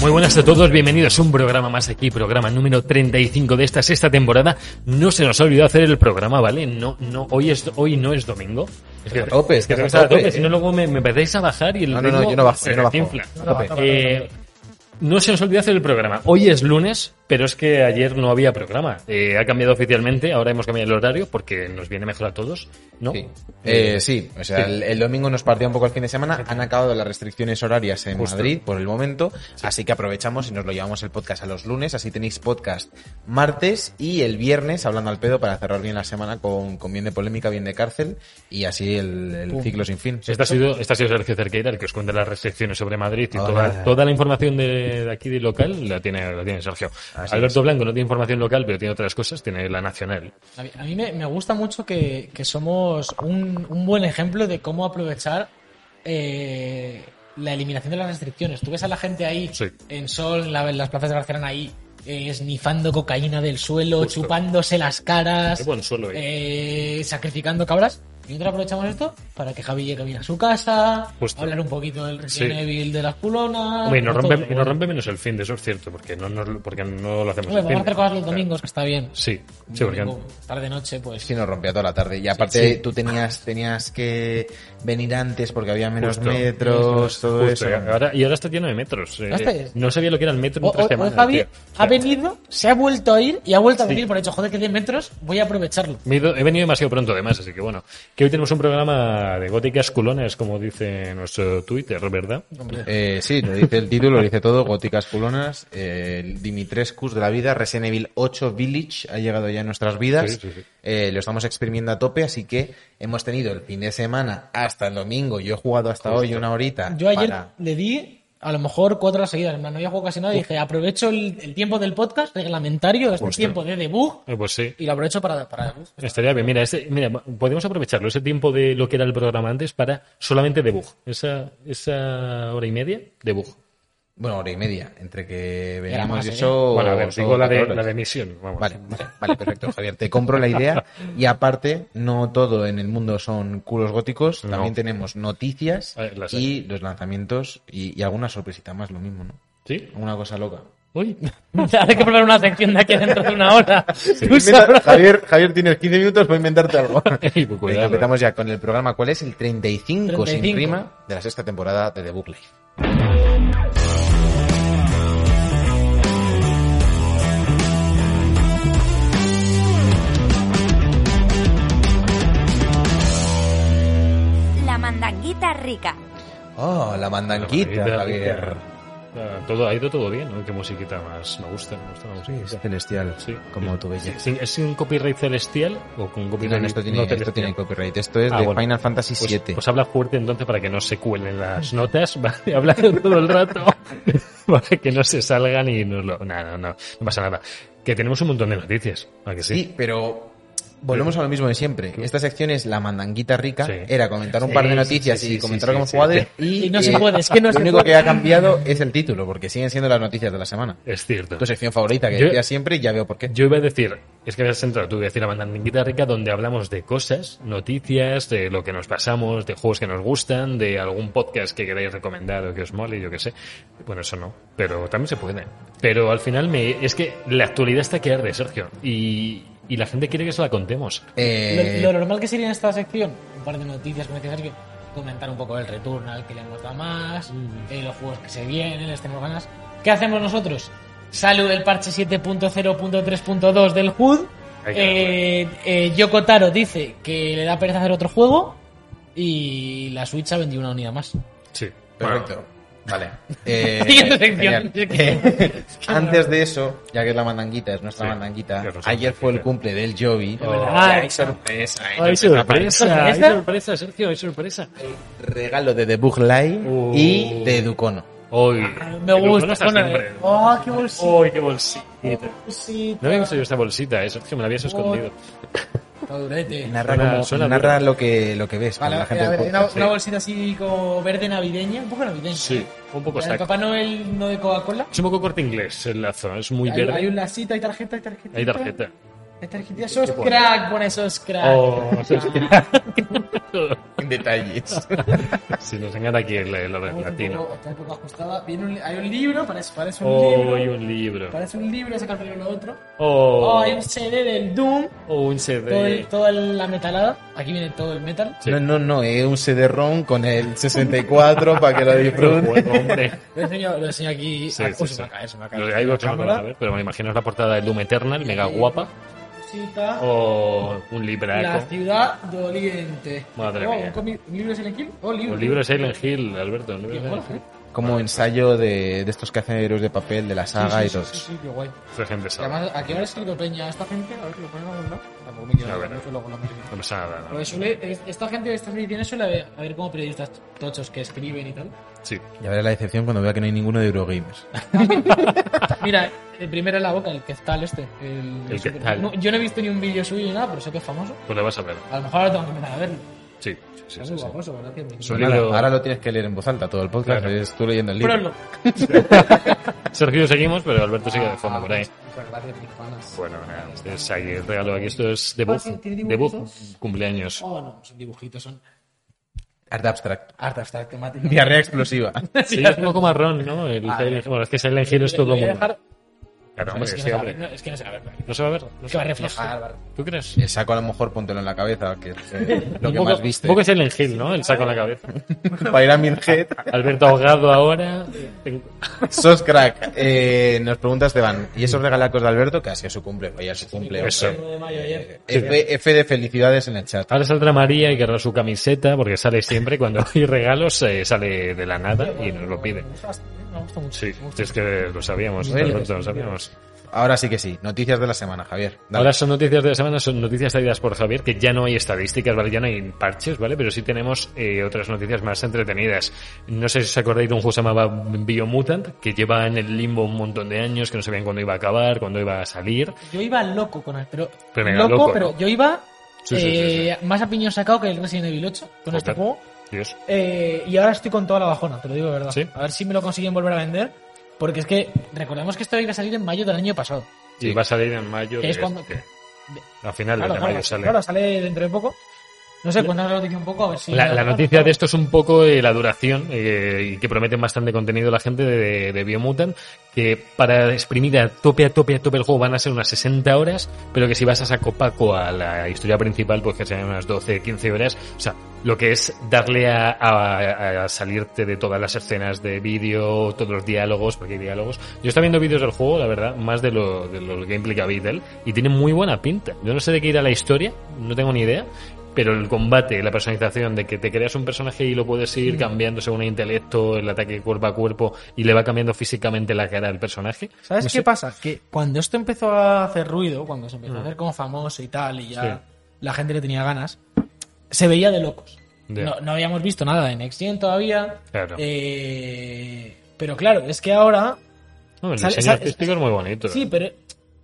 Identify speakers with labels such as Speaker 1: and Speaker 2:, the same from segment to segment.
Speaker 1: Muy buenas a todos, bienvenidos a un programa más aquí, programa número 35 de esta sexta temporada. No se nos ha olvidado hacer el programa, ¿vale? No, no, hoy es hoy no es domingo. Es
Speaker 2: que a tope, es que
Speaker 1: tengo
Speaker 2: a
Speaker 1: estar a tope,
Speaker 2: tope, ¿eh?
Speaker 1: si no luego me, me empezáis a bajar y el
Speaker 2: No, no, no,
Speaker 1: ritmo
Speaker 2: yo no bajo,
Speaker 1: se
Speaker 2: yo no bajo.
Speaker 1: desinfla.
Speaker 2: A tope.
Speaker 1: Eh, no se nos olvida hacer el programa. Hoy es lunes, pero es que ayer no había programa. Eh, ha cambiado oficialmente, ahora hemos cambiado el horario porque nos viene mejor a todos, ¿no?
Speaker 2: Sí. Eh, sí, o sea,
Speaker 1: Sí.
Speaker 2: El, el domingo nos partía un poco el fin de semana, han acabado las restricciones horarias en
Speaker 1: Justo.
Speaker 2: Madrid por el momento, así que aprovechamos y nos lo llevamos el podcast a los lunes, así tenéis podcast martes y el viernes hablando al pedo para cerrar bien la semana con, con bien de polémica, bien de cárcel y así el, el ciclo sin fin.
Speaker 1: Este ha, sido, este ha sido Sergio Cerqueira, el que os cuenta las restricciones sobre Madrid y toda,
Speaker 2: Ah.
Speaker 1: toda la información de, de aquí de local la tiene, la tiene Sergio.
Speaker 2: Así
Speaker 1: Alberto Blanco no tiene información local, pero tiene otras cosas, tiene la nacional.
Speaker 3: A mí, a mí me, me gusta mucho que, que somos un, un buen ejemplo de cómo aprovechar eh, la eliminación de las restricciones. Tú ves a la gente ahí
Speaker 1: Sí.
Speaker 3: en sol, en, la- en las plazas de Barcelona ahí, eh, esnifando cocaína del suelo,
Speaker 1: Justo.
Speaker 3: chupándose las caras,
Speaker 1: Qué buen suelo, eh.
Speaker 3: eh, sacrificando cabras. Y nosotros aprovechamos esto para que Javi llegue bien a su casa,
Speaker 1: Justo.
Speaker 3: hablar un poquito del Resident
Speaker 1: Sí.
Speaker 3: Evil de las culonas.
Speaker 1: Hombre, y nos
Speaker 3: de
Speaker 1: rompe,
Speaker 3: todo.
Speaker 1: y nos rompe menos el fin, de eso es cierto, porque no, nos lo- porque no lo hacemos
Speaker 3: Hombre,
Speaker 1: el
Speaker 3: podemos
Speaker 1: fin.
Speaker 3: hacer cosas los domingos, que está bien.
Speaker 1: Sí, sí, porque
Speaker 3: Domingo, tarde noche, pues.
Speaker 2: Sí, nos rompía toda la tarde. Y aparte, tú tenías, tenías que venir antes porque había menos
Speaker 1: Justo.
Speaker 2: metros, todo
Speaker 1: Justo,
Speaker 2: eso.
Speaker 1: ahora, y ahora está lleno de metros. eh.
Speaker 3: ¿Ah, está?
Speaker 1: no sabía lo que era el metro en
Speaker 3: O,
Speaker 1: tres
Speaker 3: o-
Speaker 1: semanas,
Speaker 3: o Javi
Speaker 1: tío. O sea,
Speaker 3: ha venido, se ha vuelto a ir y ha vuelto a venir por hecho, joder, que 10 metros, voy a aprovecharlo.
Speaker 1: Me he ido- he venido demasiado pronto, además, así que bueno. Que hoy tenemos un programa de góticas culones, como dice nuestro Twitter, ¿verdad?
Speaker 2: Eh, sí, lo dice el título, lo dice todo, góticas culonas, eh, Dimitrescus de la vida, Resident Evil 8 Village ha llegado ya a nuestras vidas,
Speaker 1: Sí, sí, sí.
Speaker 2: Eh, lo estamos exprimiendo a tope, así que hemos tenido el fin de semana hasta el domingo, yo he jugado hasta hoy una horita.
Speaker 3: Yo ayer
Speaker 2: para-
Speaker 3: le di a lo mejor cuatro horas seguidas, en plan, no había jugado casi nada y dije, aprovecho el, el tiempo del podcast reglamentario, este
Speaker 1: Justo.
Speaker 3: tiempo de debug
Speaker 1: Eh, pues sí.
Speaker 3: y lo aprovecho para, para debug.
Speaker 1: Estaría bien. Mira, este, mira, podemos aprovecharlo, ese tiempo de lo que era el programa antes, para solamente debug. Esa, esa hora y media, debug.
Speaker 2: Bueno, hora y media, entre que
Speaker 3: era
Speaker 2: veníamos
Speaker 3: más,
Speaker 2: y
Speaker 3: ¿eh?
Speaker 2: eso...
Speaker 1: bueno, a ver,
Speaker 2: Oh, son
Speaker 1: digo la de,
Speaker 2: cuatro horas.
Speaker 1: la de misión. Vamos.
Speaker 2: Vale, vale, vale, perfecto, Javier. Te compro la idea. Y aparte, no todo en el mundo son culos góticos.
Speaker 1: No.
Speaker 2: También tenemos noticias
Speaker 1: Eh, las hay.
Speaker 2: y los lanzamientos y, y alguna sorpresita más, lo mismo, ¿no?
Speaker 1: ¿Sí?
Speaker 2: Una cosa loca.
Speaker 1: Uy.
Speaker 3: Habrá que probar una sección de aquí dentro de una hora. Tú sabrás.
Speaker 2: Javier, Javier, tienes 15 minutos para inventarte algo.
Speaker 1: Ey, pues cuidado.
Speaker 2: Venga, empezamos ya con el programa. ¿Cuál es? El 35, sin
Speaker 3: 35.
Speaker 2: rima de la sexta temporada de The Book Life.
Speaker 4: La mandanguita rica.
Speaker 2: Oh, la mandanquita,
Speaker 1: Ahorita,
Speaker 2: Javier.
Speaker 1: ahorita. Ah, Todo, ha ido todo bien, ¿no? Qué musiquita más. Me gusta, me gusta la musiquita.
Speaker 2: celestial,
Speaker 1: Sí.
Speaker 2: como tu belleza.
Speaker 1: Sí, ¿Es un copyright celestial o con
Speaker 2: No,
Speaker 1: copyright
Speaker 2: no, esto tiene,
Speaker 1: no
Speaker 2: esto
Speaker 1: celestial?
Speaker 2: tiene copyright. Esto es
Speaker 1: Ah,
Speaker 2: de
Speaker 1: bueno.
Speaker 2: Final Fantasy
Speaker 1: Pues-
Speaker 2: VII.
Speaker 1: Pues, habla fuerte entonces para que no se cuelen las notas, ¿vale? Habla todo el rato para que no se salgan y nos lo... No, no, no, no pasa nada. Que tenemos un montón de noticias, ¿a que sí?
Speaker 2: Sí, pero volvemos a lo mismo de siempre. Esta sección es la mandanguita rica.
Speaker 1: Sí.
Speaker 2: Era comentar un
Speaker 1: Sí,
Speaker 2: par de
Speaker 1: sí,
Speaker 2: noticias
Speaker 1: sí, sí,
Speaker 2: y comentar
Speaker 1: sí,
Speaker 2: cómo
Speaker 1: sí,
Speaker 2: jugadores.
Speaker 3: sí. Y no se puede, es que no
Speaker 2: Lo
Speaker 3: se
Speaker 2: único
Speaker 3: puede.
Speaker 2: que ha cambiado es el título, porque siguen siendo las noticias de la semana.
Speaker 1: Es cierto.
Speaker 2: Tu sección favorita, que
Speaker 1: Yo-
Speaker 2: decía siempre, y ya veo por qué.
Speaker 1: Yo iba a decir, es que habías entrado tú, iba a decir la mandanguita rica donde hablamos de cosas, noticias, de lo que nos pasamos, de juegos que nos gustan, de algún podcast que queráis recomendar o que os mole, yo qué sé. Bueno, eso no, pero también se puede. Pero al final me, es que la actualidad está que arde, Sergio, y, y la gente quiere que se la contemos.
Speaker 2: Eh,
Speaker 3: Lo, lo normal que sería en esta sección, un par de noticias, como decías, que comentar un poco el Returnal, que le hemos dado más, eh, los juegos que se vienen, les tenemos ganas. ¿Qué hacemos nosotros? Salud el parche 7.0.3.2 del HUD.
Speaker 1: Hay que
Speaker 3: Eh, eh, Yoko Taro dice que le da pereza hacer otro juego. Y la Switch ha vendido una unidad más.
Speaker 1: Sí.
Speaker 2: Perfecto. Vale. Eh,
Speaker 3: Siguiente sección.
Speaker 2: genial. Eh, Antes de eso, ya que es la mandanguita, es nuestra
Speaker 1: Sí,
Speaker 2: mandanguita.
Speaker 1: que nos
Speaker 2: Ayer fue el
Speaker 1: sorprende.
Speaker 2: cumple del Jovi.
Speaker 1: Oh.
Speaker 2: Ay, sorpresa.
Speaker 3: ¿eh?
Speaker 2: ay,
Speaker 1: Hay
Speaker 2: sorpresa,
Speaker 1: sorpresa, hay
Speaker 3: ¿Sorpresa?
Speaker 1: sorpresa, Sergio, hay sorpresa.
Speaker 2: Regalo de The Bug Live
Speaker 1: Oh.
Speaker 2: y de Educono.
Speaker 1: Hoy.
Speaker 3: Me gusta. bueno, eh, Oh, qué bolsita.
Speaker 1: Hoy, qué bolsita.
Speaker 3: qué bolsita.
Speaker 1: No había conseguido esta bolsita, eh, Sergio, me la habías escondido.
Speaker 3: Todo durete.
Speaker 2: Narra,
Speaker 1: Suena-
Speaker 2: como-
Speaker 1: suena
Speaker 2: narra lo, que, lo que ves.
Speaker 3: Vale,
Speaker 2: como la gente
Speaker 3: a ver,
Speaker 2: del
Speaker 3: una,
Speaker 2: podcast.
Speaker 3: una bolsita así como verde navideña, un poco navideña.
Speaker 1: Sí, un poco
Speaker 3: La de
Speaker 1: saco.
Speaker 3: Papá Noel no de Coca-Cola.
Speaker 1: Es un poco corte inglés el lazo, es muy
Speaker 3: Hay,
Speaker 1: verde.
Speaker 3: hay un lacito, hay tarjeta, hay tarjetita.
Speaker 1: Hay tarjeta.
Speaker 3: Hay tarjetita. Eso es
Speaker 1: ¿Qué pone?
Speaker 3: crack, pone eso es crack.
Speaker 1: Oh,
Speaker 2: Detalles.
Speaker 1: si nos encanta aquí el, el orden
Speaker 3: Está un
Speaker 1: latino.
Speaker 3: poco- está un poco ajustada. Viene un li- hay un libro, parece, parece un
Speaker 1: Oh, hay
Speaker 3: libro.
Speaker 1: un libro.
Speaker 3: Parece un libro, saca primero lo otro. Oh,
Speaker 1: Oh,
Speaker 3: hay un CD del Doom.
Speaker 1: o un
Speaker 3: Todo el-
Speaker 1: CD.
Speaker 3: toda la metalada. Aquí viene todo el metal.
Speaker 1: Sí.
Speaker 2: No, no, no, es un CD-ROM con el 64 para que lo disfruten.
Speaker 1: Bueno, hombre.
Speaker 3: Lo enseño, lo enseño aquí.
Speaker 1: Sí,
Speaker 3: Ah,
Speaker 1: sí,
Speaker 3: uy, se
Speaker 1: sí.
Speaker 3: me va a caer, se me va a caer.
Speaker 1: Lo de ahí vosotros no lo vais a
Speaker 3: Cámara.
Speaker 1: ver, pero me imagino la portada de Doom Eternal, mega guapa. Oh,
Speaker 3: Cosita.
Speaker 1: O un
Speaker 3: La
Speaker 1: libraco.
Speaker 3: ciudad de Oriente.
Speaker 1: Madre
Speaker 3: Oh,
Speaker 1: mía.
Speaker 3: un cómic- ¿Un libro de Silent Hill? Oh, libro.
Speaker 1: Un libro de Silent Hill, Alberto. un libro
Speaker 3: Qué
Speaker 1: de Silent
Speaker 3: guapo,
Speaker 1: Hill.
Speaker 3: ¿eh?
Speaker 2: Como ensayo de, de estos que hacen héroes de papel, de la saga
Speaker 3: sí,
Speaker 2: y
Speaker 3: sí,
Speaker 2: todo
Speaker 3: sí,
Speaker 2: eso.
Speaker 3: sí, qué guay.
Speaker 1: Esta gente sabe.
Speaker 3: Además, ¿a qué hora es que lo peña esta gente? A ver, que lo ponemos en un lado. Tampoco me quiero
Speaker 1: A ver.
Speaker 3: ver, eso luego lo mismo.
Speaker 1: No pasa nada.
Speaker 3: Lo
Speaker 1: ¿no?
Speaker 3: que suele- es- esta gente de estas ediciones suele haber, haber como periodistas tochos que escriben y tal.
Speaker 1: Sí.
Speaker 2: Ya verás la decepción cuando vea que no hay ninguno de Eurogamers.
Speaker 3: Mira, el primero en la boca, el que tal este. El,
Speaker 1: El que tal.
Speaker 3: No, yo no he visto ni un vídeo suyo ni nada, pero sé que es famoso.
Speaker 1: Pues lo vas a ver.
Speaker 3: A lo mejor ahora tengo que empezar a verlo.
Speaker 1: Sí. sí, sí,
Speaker 3: es
Speaker 1: sí,
Speaker 3: muy
Speaker 1: sí.
Speaker 3: famoso, gracias.
Speaker 1: Su
Speaker 2: Ahora,
Speaker 1: libro-
Speaker 2: ahora lo tienes que leer en voz alta todo el podcast,
Speaker 1: Claro.
Speaker 2: es tú leyendo el libro.
Speaker 3: Prólogo.
Speaker 1: Sergio seguimos, pero Alberto sigue de fondo
Speaker 3: Ah,
Speaker 1: por ahí.
Speaker 3: muchas gracias, mis panas.
Speaker 1: Bueno, nada, este es ahí el regalo aquí. Esto es de
Speaker 3: Ah,
Speaker 1: Buff.
Speaker 3: ¿tiene
Speaker 1: De
Speaker 3: dibujitos?
Speaker 1: Buff, cumpleaños.
Speaker 3: Oh, no, son dibujitos, son
Speaker 2: Art abstract.
Speaker 3: arte abstracto, Mati.
Speaker 2: Diarrea explosiva.
Speaker 1: Sí, es un poco marrón, ¿no? El Silent Hill. Bueno, es que Silent Hill es todo
Speaker 3: Voy a
Speaker 1: mundo.
Speaker 3: dejar-
Speaker 1: Ah, eh. Claro, hombre,
Speaker 3: es, que
Speaker 1: sí,
Speaker 3: no se va,
Speaker 1: hombre.
Speaker 3: no, es que no se va a ver.
Speaker 1: No se va a ver.
Speaker 3: Es que va a reflejar. va a-
Speaker 1: ¿Tú crees?
Speaker 2: El saco a lo mejor póntelo en la cabeza, que es eh, lo
Speaker 1: Un
Speaker 2: que
Speaker 1: poco-
Speaker 2: más viste.
Speaker 1: Un poco Silent Hill, ¿no? El saco en la cabeza.
Speaker 2: Para ir a Minhead.
Speaker 1: Alberto ahogado ahora.
Speaker 2: Sos crack. Eh, nos pregunta Esteban, ¿y esos regalacos de Alberto? Que ha sido su cumple, vaya su cumple. hombre.
Speaker 1: Eso.
Speaker 3: 9 de mayo ayer. eh,
Speaker 2: F, F de felicidades en el chat.
Speaker 1: Ahora saldrá María y querrá su camiseta porque sale siempre cuando hay regalos, eh, sale de la nada y nos lo pide.
Speaker 3: Me gusta bastante, me gusta mucho.
Speaker 1: Sí, es que lo sabíamos,
Speaker 2: Bueno.
Speaker 1: Alberto, lo sabíamos.
Speaker 2: Ahora sí que sí, noticias de la semana, Javier. Dale.
Speaker 1: Ahora son noticias de la semana, son noticias traídas por Javier, que ya no hay estadísticas, ¿vale? Ya no hay parches, ¿vale? Pero sí tenemos eh, otras noticias más entretenidas. No sé si os acordáis de un juego llamado Biomutant, que lleva en el limbo un montón de años, que no sabían cuándo iba a acabar, cuándo iba a salir.
Speaker 3: Yo iba loco con él, pero.
Speaker 1: Pero mega
Speaker 3: loco,
Speaker 1: loco,
Speaker 3: pero
Speaker 1: ¿no?
Speaker 3: yo iba.
Speaker 1: Sí, sí, sí,
Speaker 3: eh, Más a piñón sacado que el Resident Evil 8 con este
Speaker 1: Joder.
Speaker 3: juego.
Speaker 1: Dios.
Speaker 3: Eh, y ahora estoy con toda la bajona, te lo digo de verdad.
Speaker 1: Sí.
Speaker 3: A ver si me lo consiguen volver a vender. Porque es que recordemos que esto iba a salir en mayo del año pasado.
Speaker 1: Y va a salir en mayo.
Speaker 3: Que es
Speaker 1: de
Speaker 3: cuando-
Speaker 1: este. A finales
Speaker 3: Claro,
Speaker 1: de
Speaker 3: claro,
Speaker 1: mayo sale.
Speaker 3: claro, sale dentro de poco. No sé, cuéntanos la noticia un poco, a ver si.
Speaker 1: La, la noticia de esto es un poco eh, la duración eh, y que prometen bastante contenido la gente de, de Biomutant, que para exprimir a tope, a tope, a tope el juego van a ser unas 60 horas, pero que si vas a saco paco a la historia principal, pues que sean unas 12, 15 horas. O sea, lo que es darle a, a- a salirte de todas las escenas de vídeo, todos los diálogos, porque hay diálogos. Yo estaba viendo vídeos del juego, la verdad, más de lo, de lo gameplay que había de él, y tiene muy buena pinta. Yo no sé de qué irá la historia, no tengo ni idea, pero el combate, la personalización de que te creas un personaje y lo puedes ir
Speaker 3: Mm.
Speaker 1: cambiando según el intelecto, el ataque cuerpo a cuerpo y le va cambiando físicamente la cara al personaje.
Speaker 3: ¿Sabes
Speaker 1: No
Speaker 3: qué
Speaker 1: sé. Mm.
Speaker 3: pasa? Que cuando esto empezó a hacer ruido, cuando se empezó a hacer como famoso y tal, y ya
Speaker 1: Sí.
Speaker 3: la gente le tenía ganas, se veía de locos.
Speaker 1: Ya.
Speaker 3: No, no habíamos visto nada de Next Gen todavía.
Speaker 1: Claro.
Speaker 3: eh, pero claro, es que ahora.
Speaker 1: No, el
Speaker 3: Sale-
Speaker 1: diseño
Speaker 3: sale-
Speaker 1: artístico es muy bonito.
Speaker 3: Sí, pero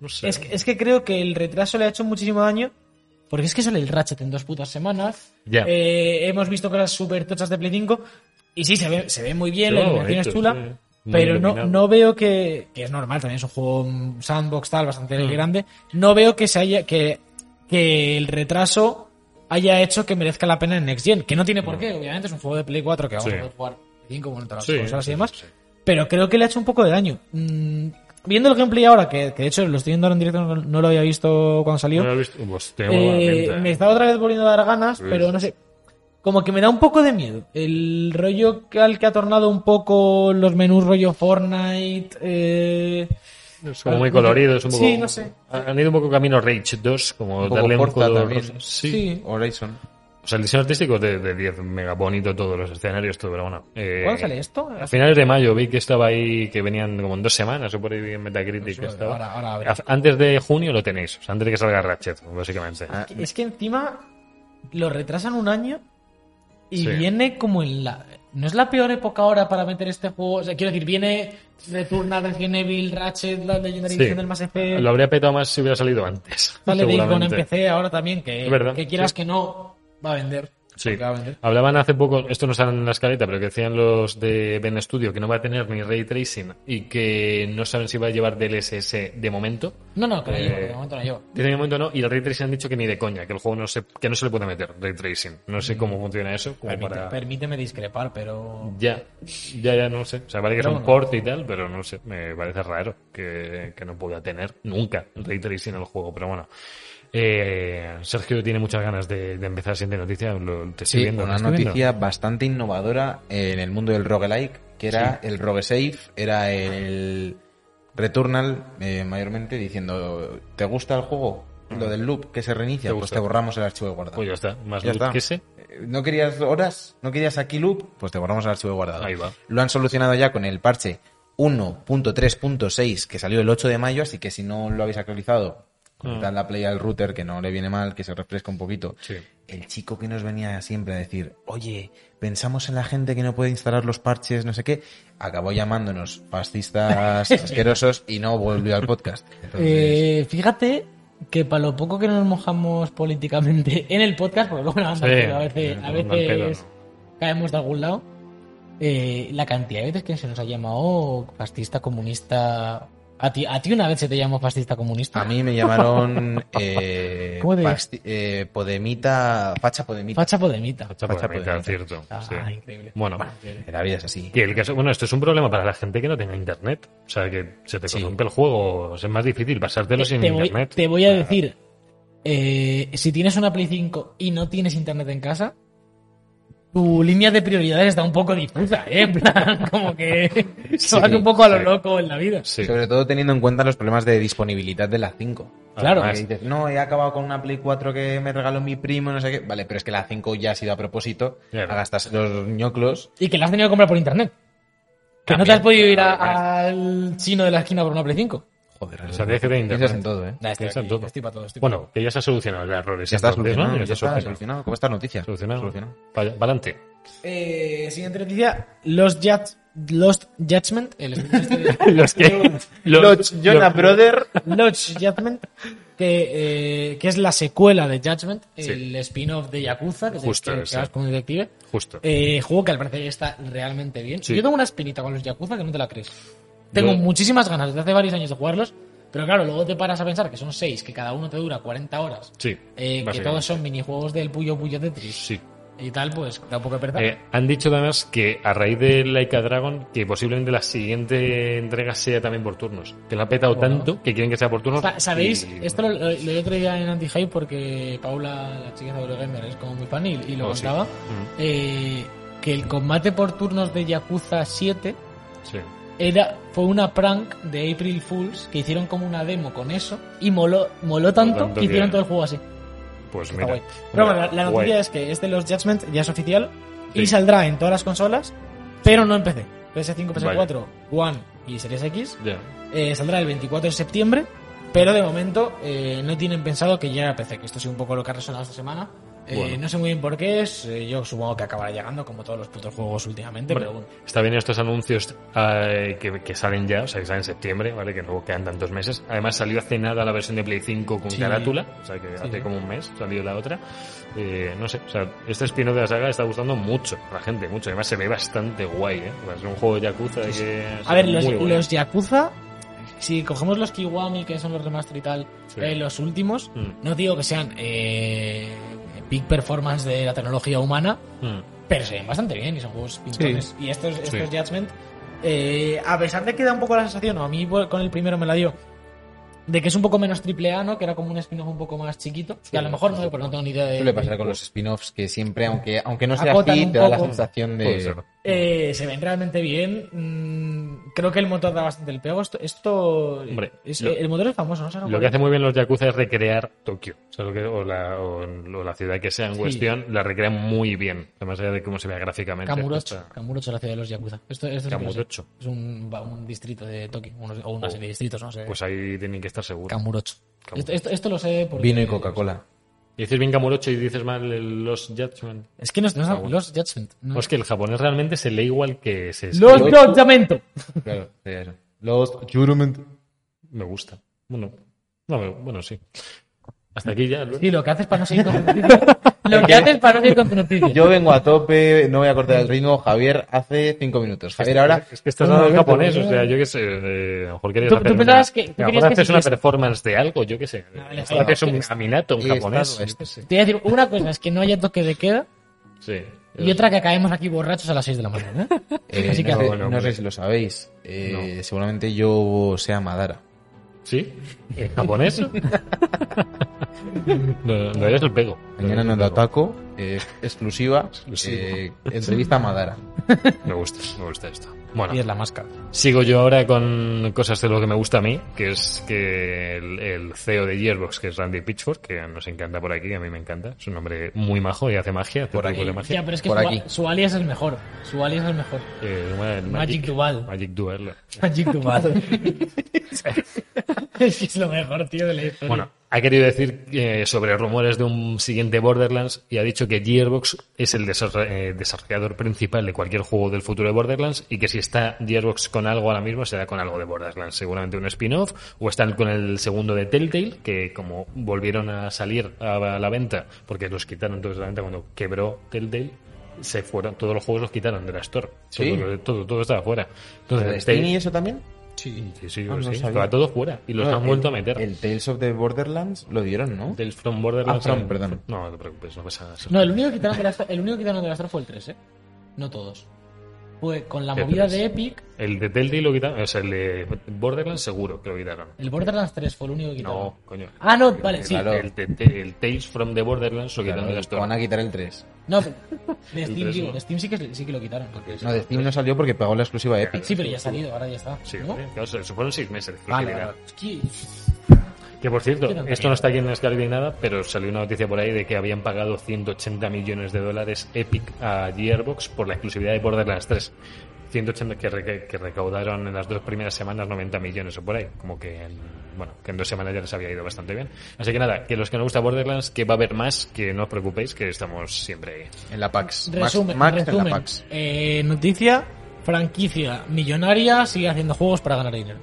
Speaker 1: no sé.
Speaker 3: es, que- es que creo que el retraso le ha hecho muchísimo daño. Porque es que sale el Ratchet en dos putas semanas.
Speaker 1: Ya.
Speaker 3: Eh, hemos visto cosas súper tochas de Play 5. Y sí, se ve, se ve muy bien,
Speaker 1: Se
Speaker 3: la
Speaker 1: ve
Speaker 3: iluminación
Speaker 1: bonito,
Speaker 3: es chula.
Speaker 1: sí. eh, Muy
Speaker 3: Pero no,
Speaker 1: iluminado.
Speaker 3: no veo que. Que es normal, también es un juego mm, sandbox tal, bastante
Speaker 1: Mm.
Speaker 3: grande. No veo que se haya. Que, que el retraso haya hecho que merezca la pena en Next Gen. Que no tiene por qué, obviamente, es un juego de Play 4 que vamos
Speaker 1: Sí.
Speaker 3: a poder jugar 5 bueno, en todas las
Speaker 1: Sí,
Speaker 3: consolas
Speaker 1: sí,
Speaker 3: y demás.
Speaker 1: sí, sí.
Speaker 3: Pero creo que le ha hecho un poco de daño. Mm, viendo el gameplay ahora, que, que de hecho lo estoy viendo ahora en directo, no, no lo había visto cuando salió.
Speaker 1: No lo he visto. Pues, tiene muy Pues buena
Speaker 3: Eh,
Speaker 1: pinta,
Speaker 3: me
Speaker 1: ¿eh?
Speaker 3: estaba otra vez volviendo a dar ganas,
Speaker 1: Sí.
Speaker 3: pero no sé. Como que me da un poco de miedo. El rollo que- al que ha tornado un poco los menús rollo Fortnite. Eh,
Speaker 1: Es como muy colorido, es un poco.
Speaker 3: Sí, no sé.
Speaker 1: Han ido un poco camino Rage 2, como
Speaker 2: Un poco
Speaker 1: darle un
Speaker 2: Forza
Speaker 1: color.
Speaker 2: también.
Speaker 1: Sí.
Speaker 3: Sí.
Speaker 2: Horizon.
Speaker 1: O sea, el diseño artístico es de, de 10, mega bonito todos los escenarios, todo, pero bueno. Eh,
Speaker 3: ¿Cuándo sale esto?
Speaker 1: A finales de mayo vi que estaba ahí, que venían como en dos semanas, o por ahí vi en Metacritic. que estaba.
Speaker 3: Pues ahora- ahora habrá.
Speaker 1: A- Antes de junio lo tenéis, o sea, antes de que salga Ratchet, básicamente.
Speaker 2: Ah,
Speaker 3: Es que encima lo retrasan un año y
Speaker 1: Sí.
Speaker 3: viene como en la. ¿No es la peor época ahora para meter este juego? O sea, quiero decir, viene Returnal, Resident Evil, Ratchet, la Legendary
Speaker 1: Sí.
Speaker 3: Edition del Mass Effect,
Speaker 1: Lo habría petado más si hubiera salido antes.
Speaker 3: sale Day con
Speaker 1: seguramente.
Speaker 3: PC ahora también, que,
Speaker 1: Es verdad,
Speaker 3: que quieras
Speaker 1: sí.
Speaker 3: que no, va a vender.
Speaker 1: Sí.
Speaker 3: Porque va a vender.
Speaker 1: Hablaban hace poco, esto no sale en la escaleta, pero que decían los de Ben Studio que no va a tener ni ray tracing y que no saben si va a llevar DLSS de momento.
Speaker 3: No, no, que no
Speaker 1: Eh,
Speaker 3: llevo, de momento no llevo.
Speaker 1: Dicen de momento no, y el ray tracing han dicho que ni de coña, que el juego no se, que no se le puede meter ray tracing. No sé cómo funciona eso. como
Speaker 3: Permite-
Speaker 1: para...
Speaker 3: Permíteme discrepar, pero...
Speaker 1: Ya, ya, ya, no sé. O sea, vale que es
Speaker 3: Pero
Speaker 1: un
Speaker 3: bueno.
Speaker 1: port y tal, pero no sé. Me parece raro que, que no pueda tener nunca ray tracing en el juego, pero bueno. Eh, Sergio tiene muchas ganas de, de empezar siente noticia. Lo, te estoy
Speaker 2: Sí,
Speaker 1: viendo,
Speaker 2: una
Speaker 1: ¿lo estoy
Speaker 2: noticia
Speaker 1: viendo?
Speaker 2: bastante innovadora en el mundo del roguelike, que era el roguesafe, era el Returnal, eh, mayormente diciendo, ¿te gusta el juego? Lo del loop que se
Speaker 1: Mm.
Speaker 2: reinicia,
Speaker 1: ¿Te
Speaker 2: pues
Speaker 1: gusta?
Speaker 2: te borramos el archivo de guardado.
Speaker 1: Pues ya está, más
Speaker 2: Ya
Speaker 1: loot
Speaker 2: está.
Speaker 1: que ese.
Speaker 2: Eh, ¿No querías horas? ¿No querías aquí loop? Pues te borramos el archivo guardado.
Speaker 1: Ahí va.
Speaker 2: Lo han solucionado ya con el parche 1.3.6 que salió el 8 de mayo, así que si no lo habéis actualizado, conectad la play al router que no le viene mal, que se refresca un poquito.
Speaker 1: Mm. Sí.
Speaker 2: El chico que nos venía siempre a decir, oye, pensamos en la gente que no puede instalar los parches, no sé qué, acabó llamándonos fascistas asquerosos y no volvió al podcast. Entonces,
Speaker 3: Eh, fíjate que para lo poco que nos mojamos políticamente en el podcast, porque luego nada,
Speaker 1: Sí,
Speaker 3: pero a veces, a
Speaker 1: no, no, pero
Speaker 3: veces caemos de algún lado, eh, la cantidad de veces que se nos ha llamado fascista, comunista... A ti, a ti una vez se te llamó fascista comunista.
Speaker 2: A mí me llamaron eh,
Speaker 3: ¿Cómo te-
Speaker 2: pasti- eh, Podemita, Facha Podemita.
Speaker 3: Facha Podemita.
Speaker 1: Está por
Speaker 2: Facha
Speaker 1: mitad,
Speaker 2: podemita.
Speaker 1: cierto.
Speaker 3: Ah,
Speaker 1: Ah. sí.
Speaker 3: increíble.
Speaker 1: Bueno,
Speaker 2: La vida es así.
Speaker 1: que el caso, bueno, esto es un problema para la gente que no tenga internet. O sea, que se te
Speaker 2: Sí.
Speaker 1: corrompe el juego. o sea, es más difícil pasártelo sin
Speaker 3: Eh, te, voy,
Speaker 1: internet.
Speaker 3: te voy a decir, eh, si tienes una Play 5 y no tienes internet en casa, tu línea de prioridades está un poco difusa, ¿eh? En plan, como que se va un poco a lo
Speaker 1: sí.
Speaker 3: loco en la vida.
Speaker 1: Sí.
Speaker 2: Sobre todo teniendo en cuenta los problemas de disponibilidad de la 5.
Speaker 3: Claro.
Speaker 2: Que
Speaker 1: Además,
Speaker 2: dices, no, he acabado con una Play 4 que me regaló mi primo, no sé qué. Vale, pero es que la 5 ya ha sido a propósito
Speaker 1: Claro.
Speaker 2: a gastarse los ñoclos.
Speaker 3: Y que la has tenido que comprar por internet. Que no
Speaker 1: También.
Speaker 3: te has podido ir a-
Speaker 1: Además.
Speaker 3: al chino de la esquina por una Play 5.
Speaker 2: Joder,
Speaker 1: O sea, tienes que tener
Speaker 2: piensas en
Speaker 1: internet.
Speaker 2: todo, ¿eh?
Speaker 3: Nah, estoy
Speaker 1: Piensa en
Speaker 3: aquí,
Speaker 1: todo.
Speaker 3: estoy pa' todo, estoy pa'
Speaker 1: Bueno, que ya se ha solucionado el error. ese
Speaker 2: Ya está
Speaker 1: entonces, ¿no?
Speaker 2: solucionado,
Speaker 1: Ya
Speaker 2: ya
Speaker 1: está
Speaker 2: está solucionado. ¿Cómo está la noticia?
Speaker 1: Solucionado. Para adelante.
Speaker 3: Eh, siguiente noticia, Lost, Judge- Lost Judgment. El
Speaker 1: Los que.
Speaker 2: Los Jonah Brother.
Speaker 3: Lost Judgment, que, eh, que es la secuela de Judgment,
Speaker 1: Sí.
Speaker 3: el spin-off de Yakuza, que,
Speaker 1: Justo,
Speaker 3: que- que
Speaker 1: sí.
Speaker 3: vas con un detective.
Speaker 1: Justo.
Speaker 3: Eh, juego que al parecer está realmente bien.
Speaker 1: Sí.
Speaker 3: Yo tengo una espinita con los Yakuza que no te la crees. Tengo
Speaker 1: Yo-
Speaker 3: muchísimas ganas desde hace varios años de jugarlos, pero claro, luego te paras a pensar que son seis, que cada uno te dura 40 horas,
Speaker 1: Sí.
Speaker 3: eh, que
Speaker 1: básicamente.
Speaker 3: todos son minijuegos del Puyo Puyo Tetris
Speaker 1: Sí.
Speaker 3: y tal, pues tampoco es verdad.
Speaker 1: Eh, han dicho además que a raíz de Laika Dragon, que posiblemente la siguiente entrega sea también por turnos. Que la ha petado
Speaker 3: Bueno.
Speaker 1: tanto que quieren que sea por turnos.
Speaker 3: Sa- ¿Sabéis?
Speaker 1: y-
Speaker 3: Esto lo, lo- lo leí otro día en Anti-Hype porque Paula, la chica de Eurogamer, es como muy fan y, y lo
Speaker 1: Oh, sí.
Speaker 3: contaba.
Speaker 1: Mm,
Speaker 3: eh, que el combate por turnos de Yakuza 7
Speaker 1: sí.
Speaker 3: era, fue una prank de April Fools que hicieron como una demo con eso y moló, moló tanto,
Speaker 1: tanto
Speaker 3: que
Speaker 1: que-
Speaker 3: hicieron todo el juego así.
Speaker 1: Pues
Speaker 3: Está
Speaker 1: mira.
Speaker 3: guay. Pero bueno, la, la noticia
Speaker 1: guay.
Speaker 3: es que este Los Judgment ya es oficial y
Speaker 1: Sí.
Speaker 3: saldrá en todas las consolas, pero no en PC. PS5,
Speaker 1: Vale.
Speaker 3: PS4, One y Series X.
Speaker 1: Ya.
Speaker 3: Eh, saldrá el 24 de septiembre, pero de momento eh, no tienen pensado que llegue a PC, que esto es un poco lo que ha resonado esta semana. Eh,
Speaker 1: Bueno.
Speaker 3: No sé muy bien por qué es, eh, yo supongo que acabará llegando como todos los putos juegos últimamente,
Speaker 1: Hombre,
Speaker 3: pero bueno.
Speaker 1: Está bien estos anuncios eh, que, que salen ya, o sea, que salen en septiembre, ¿vale? Que no quedan tantos meses. Además salió hace nada la versión de Play 5 con
Speaker 3: Sí.
Speaker 1: carátula, o sea, que
Speaker 3: Sí.
Speaker 1: hace como un mes salió la otra. Eh, no sé, o sea, este spin de la saga está gustando mucho a la gente, mucho. Además se ve bastante guay, ¿eh? Es un juego de Yakuza que... se
Speaker 3: A
Speaker 1: ve
Speaker 3: ver, los,
Speaker 1: muy guay.
Speaker 3: los Yakuza, si cogemos los Kiwami, que son los remaster y tal,
Speaker 1: Sí.
Speaker 3: eh, los últimos,
Speaker 1: Mm,
Speaker 3: no digo que sean eh, big performance de la tecnología humana,
Speaker 1: mm.
Speaker 3: pero se ven bastante bien y son juegos pintones. Y estos, estos
Speaker 1: Sí.
Speaker 3: Judgment, eh, a pesar de que da un poco la sensación, o a mí bueno, con el primero me la dio, de que es un poco menos triple A, ¿no? Que era como un spin-off un poco más chiquito. que a lo mejor no, sé, porque no tengo ni idea de.
Speaker 2: Suele pasar con los spin-offs que siempre, aunque, aunque no sea
Speaker 3: Acotan
Speaker 2: así,
Speaker 3: Eh, un
Speaker 2: te da la
Speaker 3: poco.
Speaker 2: sensación
Speaker 1: Puede ser.
Speaker 2: de...
Speaker 3: Eh, se ven realmente bien. Mm, creo que el motor da bastante el pego. Esto. esto
Speaker 1: Hombre,
Speaker 3: es-
Speaker 1: lo-
Speaker 3: el motor es famoso, ¿no?
Speaker 1: Lo que hace muy bien los Yakuza es recrear Tokio. O, sea, lo que- o la, o- o la ciudad que sea en
Speaker 3: Sí.
Speaker 1: cuestión, la recrean muy bien. Además allá de cómo se vea gráficamente.
Speaker 3: Kamurocho.
Speaker 1: Está-
Speaker 3: Kamurocho, la ciudad de los Yakuza. Esto, esto sí que lo sé.
Speaker 1: Kamurocho.
Speaker 3: Es un, va- un distrito de Tokio. unos- o una
Speaker 1: Oh.
Speaker 3: serie de distritos, no sé.
Speaker 1: Pues ahí tienen que estar seguros.
Speaker 3: Kamurocho.
Speaker 1: Kamurocho.
Speaker 3: Esto, esto- esto lo sé porque.
Speaker 2: Vino y Coca-Cola.
Speaker 1: Y dices bien Kamurocho y dices mal el Los Judgment.
Speaker 3: Es que no, no-
Speaker 1: Ah, bueno.
Speaker 3: los Judgment. no-
Speaker 1: No, es que el japonés realmente se lee igual que se
Speaker 3: Los
Speaker 1: escribe.
Speaker 3: Judgment.
Speaker 2: Claro, sería eso. Los Judgment.
Speaker 1: Me gusta. Bueno, no, me- bueno, sí. Hasta aquí ya. Albert.
Speaker 3: Sí, lo que haces para no seguir con tu noticia. Lo que haces para no seguir con tu noticia.
Speaker 2: Yo vengo a tope, no voy a cortar el ritmo. Javier hace cinco minutos. Javier, ahora.
Speaker 1: Es que estás hablando en japonés, o sea, yo qué sé. eh, a lo mejor querías
Speaker 3: Tú-
Speaker 1: hacer
Speaker 3: tú pensabas que- tú
Speaker 1: a lo mejor
Speaker 3: querías que
Speaker 1: haces una
Speaker 3: siguiese.
Speaker 1: performance de algo, yo qué sé.
Speaker 3: Ah,
Speaker 1: A
Speaker 3: vale,
Speaker 1: lo mejor
Speaker 3: vale.
Speaker 1: haces un caminato, un
Speaker 2: He
Speaker 1: japonés. este,
Speaker 2: estado- este.
Speaker 1: yo qué sé.
Speaker 3: Te voy a decir, una cosa es que no haya toque de queda
Speaker 1: Sí.
Speaker 3: y otra que caemos aquí borrachos a las 6 de la mañana.
Speaker 2: eh,
Speaker 3: Así que
Speaker 2: no,
Speaker 1: hace-
Speaker 2: sé, no
Speaker 1: hombre.
Speaker 2: sé si lo sabéis. Eh, Seguramente yo sea Madara.
Speaker 1: ¿Sí? ¿En japonés? no, no eres el pego.
Speaker 2: Mañana en el Otaku, eh, exclusiva,
Speaker 1: Exclusiva.
Speaker 2: eh, entrevista a Madara.
Speaker 1: Me gusta, me gusta esto. Bueno,
Speaker 3: Y es la máscara.
Speaker 1: Sigo yo ahora con cosas de lo que me gusta a mí, que es que el, el CEO de Gearbox, que es Randy Pitchford, que nos encanta por aquí, a mí me encanta, es un hombre muy majo y hace magia, hace
Speaker 2: Por
Speaker 1: trucos
Speaker 2: aquí.
Speaker 1: de
Speaker 3: Ya,
Speaker 1: magia.
Speaker 3: pero es que
Speaker 2: Por
Speaker 3: su,
Speaker 2: aquí.
Speaker 3: su alias es el mejor. Su alias es el mejor.
Speaker 1: Eh, el ma- el
Speaker 3: Magic Duval.
Speaker 1: Magic Dual.
Speaker 3: Magic Duval. es que es lo mejor, tío, de la historia.
Speaker 1: Bueno, ha querido decir eh, sobre rumores de un siguiente Borderlands y ha dicho que Gearbox es el desarro- eh, desarrollador principal de cualquier juego del futuro de Borderlands y que si está Gearbox con algo ahora mismo será con algo de Borderlands, seguramente un spin-off o están con el segundo de Telltale que como volvieron a salir a la venta porque los quitaron todos de la venta cuando quebró Telltale se fueron todos los juegos los quitaron de la store
Speaker 2: Sí.
Speaker 1: todo, todo, todo estaba fuera
Speaker 2: ¿El
Speaker 1: entonces
Speaker 2: Steam y
Speaker 1: Telltale-
Speaker 2: eso también?
Speaker 1: sí sí, sí,
Speaker 2: Ah, no
Speaker 1: sí,
Speaker 2: sabía.
Speaker 1: estaba todo fuera y los
Speaker 2: No,
Speaker 1: han
Speaker 2: el-
Speaker 1: vuelto a meter
Speaker 2: El Tales of the Borderlands lo dieron, ¿no?
Speaker 1: del From Borderlands.
Speaker 2: Ah, From, perdón.
Speaker 1: No, no te preocupes, no pasa nada.
Speaker 3: No, el único que quitaron de la Star- el único que quitaron de la Star fue el 3, ¿eh? No todos. Fue con la
Speaker 1: El
Speaker 3: movida
Speaker 1: 3.
Speaker 3: de Epic,
Speaker 1: El de Telltale lo quitaron, o sea, el de Borderlands seguro que lo quitaron.
Speaker 3: el Borderlands 3 fue el único que quitaron.
Speaker 1: No, coño.
Speaker 3: Ah, no, vale, sí.
Speaker 2: Claro.
Speaker 1: El, de- te- el Tales from the Borderlands lo quitaron
Speaker 2: Claro,
Speaker 1: de la
Speaker 2: van a
Speaker 1: Store.
Speaker 2: quitar el 3.
Speaker 3: No, de Steam,
Speaker 1: tres,
Speaker 3: digo,
Speaker 1: ¿no?
Speaker 3: de Steam sí que, sí que lo quitaron.
Speaker 2: No, de Steam no salió porque pagó la exclusiva a Epic.
Speaker 3: Sí, pero ya ha salido, ahora ya está.
Speaker 1: Sí,
Speaker 3: ¿no?
Speaker 1: ¿eh? claro, se- se fueron seis meses. creo
Speaker 3: Vale,
Speaker 1: que era.
Speaker 3: vale. Es que-
Speaker 1: Que por cierto,
Speaker 3: Qué tontería.
Speaker 1: esto no está aquí en la escala ni nada, pero salió una noticia por ahí de que habían pagado 180 millones de dólares Epic a Gearbox por la exclusividad de Borderlands 3. 180 que, re- que recaudaron en las dos primeras semanas 90 millones o por ahí. Como que en, bueno, que en dos semanas ya les había ido bastante bien. Así que nada, que los que no gusta Borderlands, que va a haber más, que no os preocupéis, que estamos siempre ahí.
Speaker 2: En la PAX. Max-
Speaker 3: Resumen,
Speaker 2: Max en
Speaker 3: resumen.
Speaker 2: la PAX.
Speaker 3: Eh, noticia, franquicia millonaria sigue haciendo juegos para ganar dinero.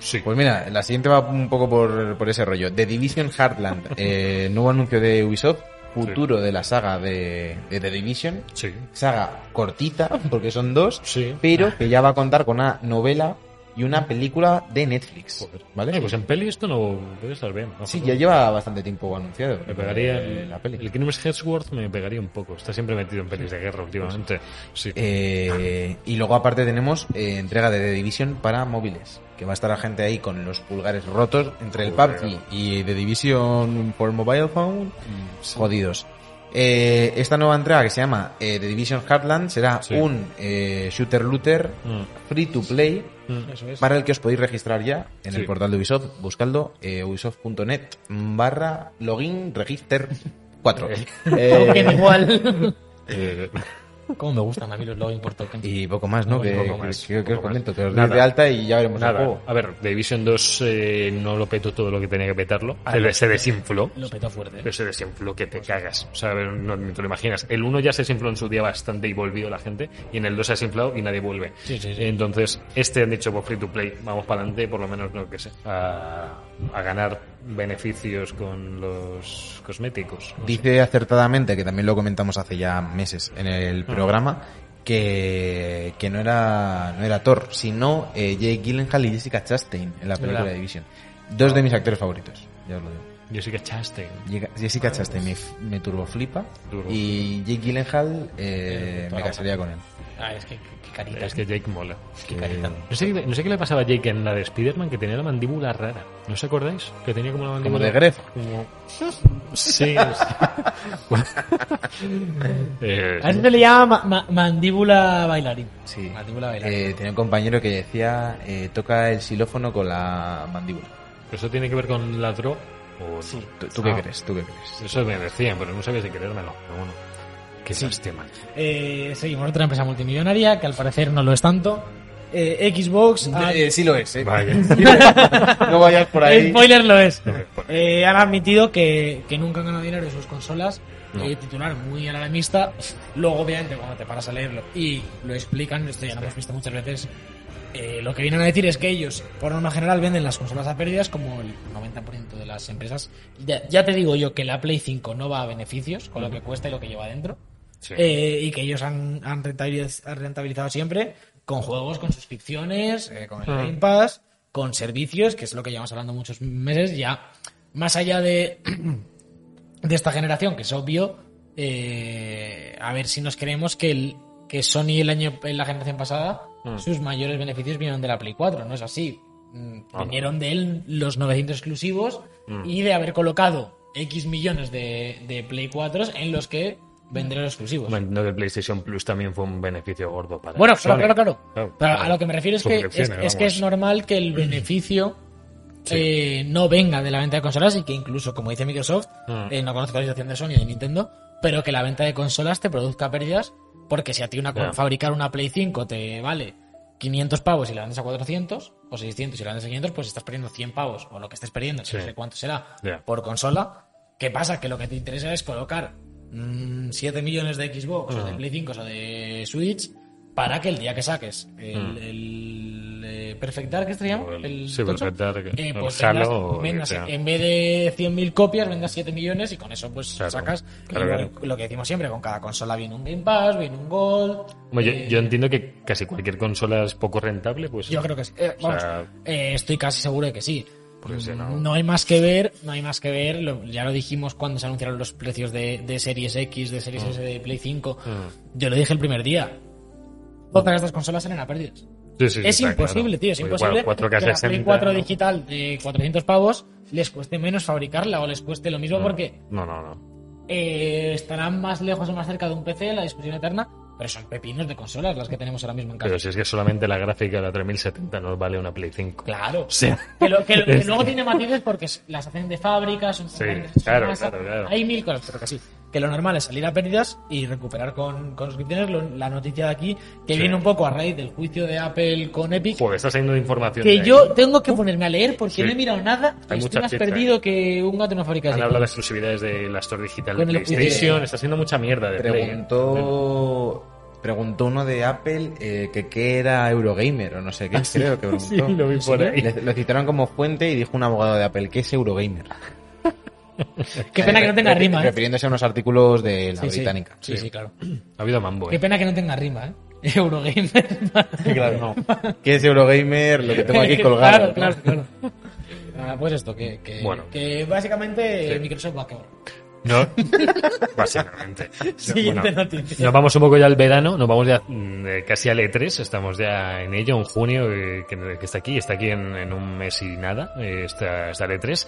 Speaker 1: Sí.
Speaker 2: Pues mira, la siguiente va un poco por, por ese rollo. The Division Heartland, eh, nuevo anuncio de Ubisoft, futuro de la saga de, de The Division.
Speaker 1: Sí.
Speaker 2: Saga cortita, porque son dos,
Speaker 1: Sí. Ah.
Speaker 2: pero que ya va a contar con una novela y una película de Netflix.
Speaker 1: Joder.
Speaker 2: ¿Vale?
Speaker 1: Oye, pues en peli esto no puede estar bien. ¿no?
Speaker 2: sí, ya lleva bastante tiempo anunciado.
Speaker 1: Me pegaría
Speaker 2: eh,
Speaker 1: el,
Speaker 2: la peli.
Speaker 1: el Grimm's Hemsworth me pegaría un poco. Está siempre metido en pelis de guerra últimamente.
Speaker 2: Pues
Speaker 1: Sí.
Speaker 2: Eh, y luego aparte tenemos eh, entrega de The Division para móviles, que va a estar la gente ahí con los pulgares rotos entre el
Speaker 1: Joder.
Speaker 2: PUBG y The Division por mobile phone,
Speaker 1: Mm,
Speaker 2: jodidos. Eh, esta nueva entrega que se llama eh, The Division Heartland será
Speaker 1: Sí.
Speaker 2: un eh, shooter looter
Speaker 1: Mm.
Speaker 2: free to play
Speaker 1: Mm.
Speaker 3: Eso es.
Speaker 2: para el que os podéis registrar ya en
Speaker 1: Sí.
Speaker 2: el portal de Ubisoft, buscadlo eh, ubisoft.net barra login register Eh, 4.
Speaker 3: Aunque da igual.
Speaker 1: Eh,
Speaker 3: Cómo me gustan a mí los login por token.
Speaker 2: Y poco más, ¿no?
Speaker 3: Poco
Speaker 2: Que, que-
Speaker 1: más,
Speaker 2: que- que
Speaker 1: poco
Speaker 2: os comento,
Speaker 1: más.
Speaker 2: que os
Speaker 1: Nada.
Speaker 2: deis de alta y ya veremos el
Speaker 1: nada,
Speaker 2: juego.
Speaker 1: a ver, Division 2 eh, no lo petó todo lo que tenía que petarlo. Se, de- se desinfló.
Speaker 3: Lo petó fuerte.
Speaker 1: Ah,
Speaker 3: ¿eh?
Speaker 1: Pero se desinfló que te cagas. O sea, a ver, no ni te lo imaginas. El 1 ya se desinfló en su día bastante y volvió la gente. Y en el 2 se ha desinflado y nadie vuelve.
Speaker 3: Sí, sí, sí.
Speaker 1: Entonces, este han dicho por free to play. Vamos para adelante, por lo menos, no que sé. A, a ganar beneficios con los cosméticos. No sé.
Speaker 2: Dice acertadamente, que también lo comentamos hace ya meses en el programa, que, que no era no era Thor, sino eh, Jake Gyllenhaal y Jessica Chastain en la película
Speaker 3: verdad.
Speaker 2: de Division. Dos de mis actores favoritos, ya os lo digo.
Speaker 1: Jessica Chastain.
Speaker 2: Llega- Jessica Chastain me, f- me turboflipa
Speaker 1: Turbo.
Speaker 2: y Jake Gyllenhaal eh,
Speaker 3: Eh,
Speaker 2: me casaría con él.
Speaker 3: Ah, es que qué carita.
Speaker 1: Es que Jake mola.
Speaker 2: Eh,
Speaker 1: No sé, qué- no sé qué le pasaba a Jake en la de Spider-Man, que tenía la mandíbula rara. ¿No os acordáis? Que tenía como una
Speaker 2: Como
Speaker 1: mandíbula...
Speaker 2: de Gref.
Speaker 1: Como- Sí. es- Eh,
Speaker 3: A eso se le llama ma- ma- mandíbula bailarín.
Speaker 2: Sí.
Speaker 3: Mandíbula bailarín.
Speaker 2: Eh, tenía un compañero que decía, eh, toca el xilófono con la mandíbula.
Speaker 1: ¿Eso tiene que ver con la dro? ¿O no?
Speaker 2: ¿Tú, tú qué
Speaker 1: Ah,
Speaker 2: crees? ¿Tú qué crees?
Speaker 1: Eso me decían, pero no sabía si querérmelo. Pero bueno, qué tema
Speaker 3: Eh, ah, seguimos otra empresa multimillonaria que al parecer no lo es tanto.
Speaker 5: eh, Xbox, han-
Speaker 2: Eh, sí lo es, eh.
Speaker 1: Vaya.
Speaker 2: no vayas por ahí.
Speaker 3: Spoiler lo es.
Speaker 5: eh,
Speaker 1: Eh,
Speaker 5: han admitido que,
Speaker 3: Que nunca han ganado dinero en sus consolas.
Speaker 1: No.
Speaker 3: eh, titular muy alarmista. Luego, obviamente, cuando te paras a leerlo y lo explican, esto ya lo hemos visto muchas veces. eh, lo que vienen a decir es que ellos, por norma general, venden las consolas a pérdidas como el 90% de las empresas. Ya, ya te digo yo que la Play 5 no va a beneficios con lo que cuesta y lo que lleva adentro.
Speaker 1: sí.
Speaker 3: Eh, y que ellos han, han rentabiliz- han rentabilizado siempre con juegos, con suscripciones, eh, con el Game Pass, con servicios, que es lo que llevamos hablando muchos meses ya. Más allá de, de esta generación, que es obvio, eh, a ver si nos creemos que, el, que Sony el año, en la generación pasada,
Speaker 1: Mm.
Speaker 3: sus mayores beneficios vinieron de la Play 4, no es así. Mm,
Speaker 1: Ah, no.
Speaker 3: Vinieron de él los 900 exclusivos
Speaker 1: Mm.
Speaker 3: y de haber colocado X millones de, de Play 4 en los que vendrán los exclusivos.
Speaker 1: Bueno, no, que el PlayStation Plus también fue un beneficio gordo para
Speaker 3: Bueno,
Speaker 1: Sony.
Speaker 3: claro, claro, claro.
Speaker 1: Claro,
Speaker 3: Pero a
Speaker 1: claro.
Speaker 3: lo que me refiero es que es,
Speaker 1: Suscripciones,
Speaker 3: es que es
Speaker 1: vamos.
Speaker 3: normal que el beneficio
Speaker 1: Sí.
Speaker 3: eh, no venga de la venta de consolas y que incluso, como dice Microsoft,
Speaker 1: Mm.
Speaker 3: eh, no conozco la situación de Sony y de Nintendo, pero que la venta de consolas te produzca pérdidas porque si a ti una,
Speaker 1: Ya.
Speaker 3: fabricar una Play 5 te vale 500 pavos y la vendes a 400 o 600 y la vendes a 500, pues estás perdiendo 100 pavos o lo que estés perdiendo, que
Speaker 1: Sí.
Speaker 3: no sé cuánto será,
Speaker 1: Ya.
Speaker 3: por consola. ¿Qué pasa? Que lo que te interesa es colocar mm, 7 millones de Xbox o de
Speaker 1: Mm.
Speaker 3: Play 5 o de Switch para que el día que saques el,
Speaker 1: Mm.
Speaker 3: el, eh, Perfect Dark, ¿este se llama?
Speaker 1: O el-
Speaker 3: El
Speaker 1: sí,
Speaker 3: tocho.
Speaker 1: Perfect Dark,
Speaker 3: Eh,
Speaker 1: o
Speaker 3: pues
Speaker 1: el Halo,
Speaker 3: vendas-
Speaker 1: o lo que
Speaker 3: vendas,
Speaker 1: sea.
Speaker 3: en vez de 100.000 copias, vendas 7 millones y con eso pues
Speaker 1: Claro,
Speaker 3: sacas
Speaker 1: claro,
Speaker 3: lo,
Speaker 1: claro.
Speaker 3: lo que decimos siempre, con cada consola viene un Game Pass, viene un Gold.
Speaker 1: Hombre, yo-
Speaker 3: eh,
Speaker 1: yo, entiendo que casi cualquier consola es poco rentable, pues.
Speaker 3: yo creo que sí. Eh,
Speaker 1: O
Speaker 3: vamos,
Speaker 1: sea,
Speaker 3: eh, estoy casi seguro de que sí.
Speaker 1: Porque si no-
Speaker 3: no... hay más que ver, no hay más que ver. lo- ya lo dijimos cuando se anunciaron los precios de, de Series X, de Series S, de Play 5.
Speaker 1: Mm.
Speaker 3: Yo lo dije el primer día. Todas estas consolas eran a pérdidas.
Speaker 1: Sí, sí, sí,
Speaker 3: es
Speaker 1: está
Speaker 3: imposible,
Speaker 1: claro.
Speaker 3: tío, es
Speaker 1: Porque,
Speaker 3: imposible
Speaker 1: bueno, 4K
Speaker 3: que la Play
Speaker 1: 60,
Speaker 3: 4
Speaker 1: ¿no?
Speaker 3: digital de 400 pavos les cueste menos fabricarla o les cueste lo mismo
Speaker 1: No.
Speaker 3: porque
Speaker 1: Mm. No, no, no.
Speaker 3: eh, estarán más lejos o más cerca de un PC, la discusión eterna, pero son pepinos de consolas las que tenemos ahora mismo en casa.
Speaker 1: Pero si es que solamente la gráfica de la 3070 nos vale una Play 5.
Speaker 3: Claro.
Speaker 1: O sea,
Speaker 3: Que, lo- que lo- que
Speaker 1: Es
Speaker 3: luego tiene matices porque s- las hacen de fábrica, son
Speaker 1: Sí,
Speaker 3: fabricantes de su
Speaker 1: claro,
Speaker 3: casa,
Speaker 1: claro, claro.
Speaker 3: Hay mil cosas, pero que sí. Que lo normal es salir a pérdidas y recuperar con, con suscripciones lo- la noticia de aquí, que
Speaker 1: Sí.
Speaker 3: viene un poco a raíz del juicio de Apple con Epic.
Speaker 1: joder, está saliendo de información. de
Speaker 3: Que
Speaker 1: ahí.
Speaker 3: yo tengo que ponerme a leer porque
Speaker 1: Sí.
Speaker 3: no he mirado nada y
Speaker 1: Hay
Speaker 3: estoy
Speaker 1: mucha
Speaker 3: más
Speaker 1: chicha,
Speaker 3: perdido
Speaker 1: eh.
Speaker 3: que un gato en una fábrica. de
Speaker 1: Han
Speaker 3: aceite.
Speaker 1: hablado de las exclusividades de la Store Digital de
Speaker 3: Con el-
Speaker 1: PlayStation. Está haciendo mucha mierda de Play.
Speaker 2: Preguntó, preguntó uno de Apple eh, que qué era Eurogamer o no sé qué, creo que preguntó.
Speaker 1: Sí, lo vi por ahí.
Speaker 2: Le- Ah, lo citaron como fuente y dijo un abogado de Apple, ¿qué es Eurogamer?
Speaker 3: Qué pena que no tenga
Speaker 2: Refi-
Speaker 3: rima. ¿eh?
Speaker 2: Refiriéndose a unos artículos de la
Speaker 3: Sí, sí.
Speaker 2: británica.
Speaker 3: Sí, sí, claro.
Speaker 1: Ha habido mambo,
Speaker 3: Qué
Speaker 1: ¿eh?
Speaker 3: pena que no tenga rima, ¿eh? Eurogamer.
Speaker 2: Claro, no. ¿Qué es Eurogamer? Lo que tengo aquí colgado.
Speaker 3: Claro, claro, claro. Ah, pues esto, que, que,
Speaker 1: Bueno.
Speaker 3: que básicamente
Speaker 1: Sí.
Speaker 3: Microsoft va a quebrar.
Speaker 1: No, básicamente.
Speaker 3: Siguiente noticia.
Speaker 1: Nos vamos un poco ya al verano, nos vamos ya mm, eh, casi al E3, estamos ya en ello, en junio, eh, que, que está aquí, está aquí en, en un mes y nada, eh, está, está el E3.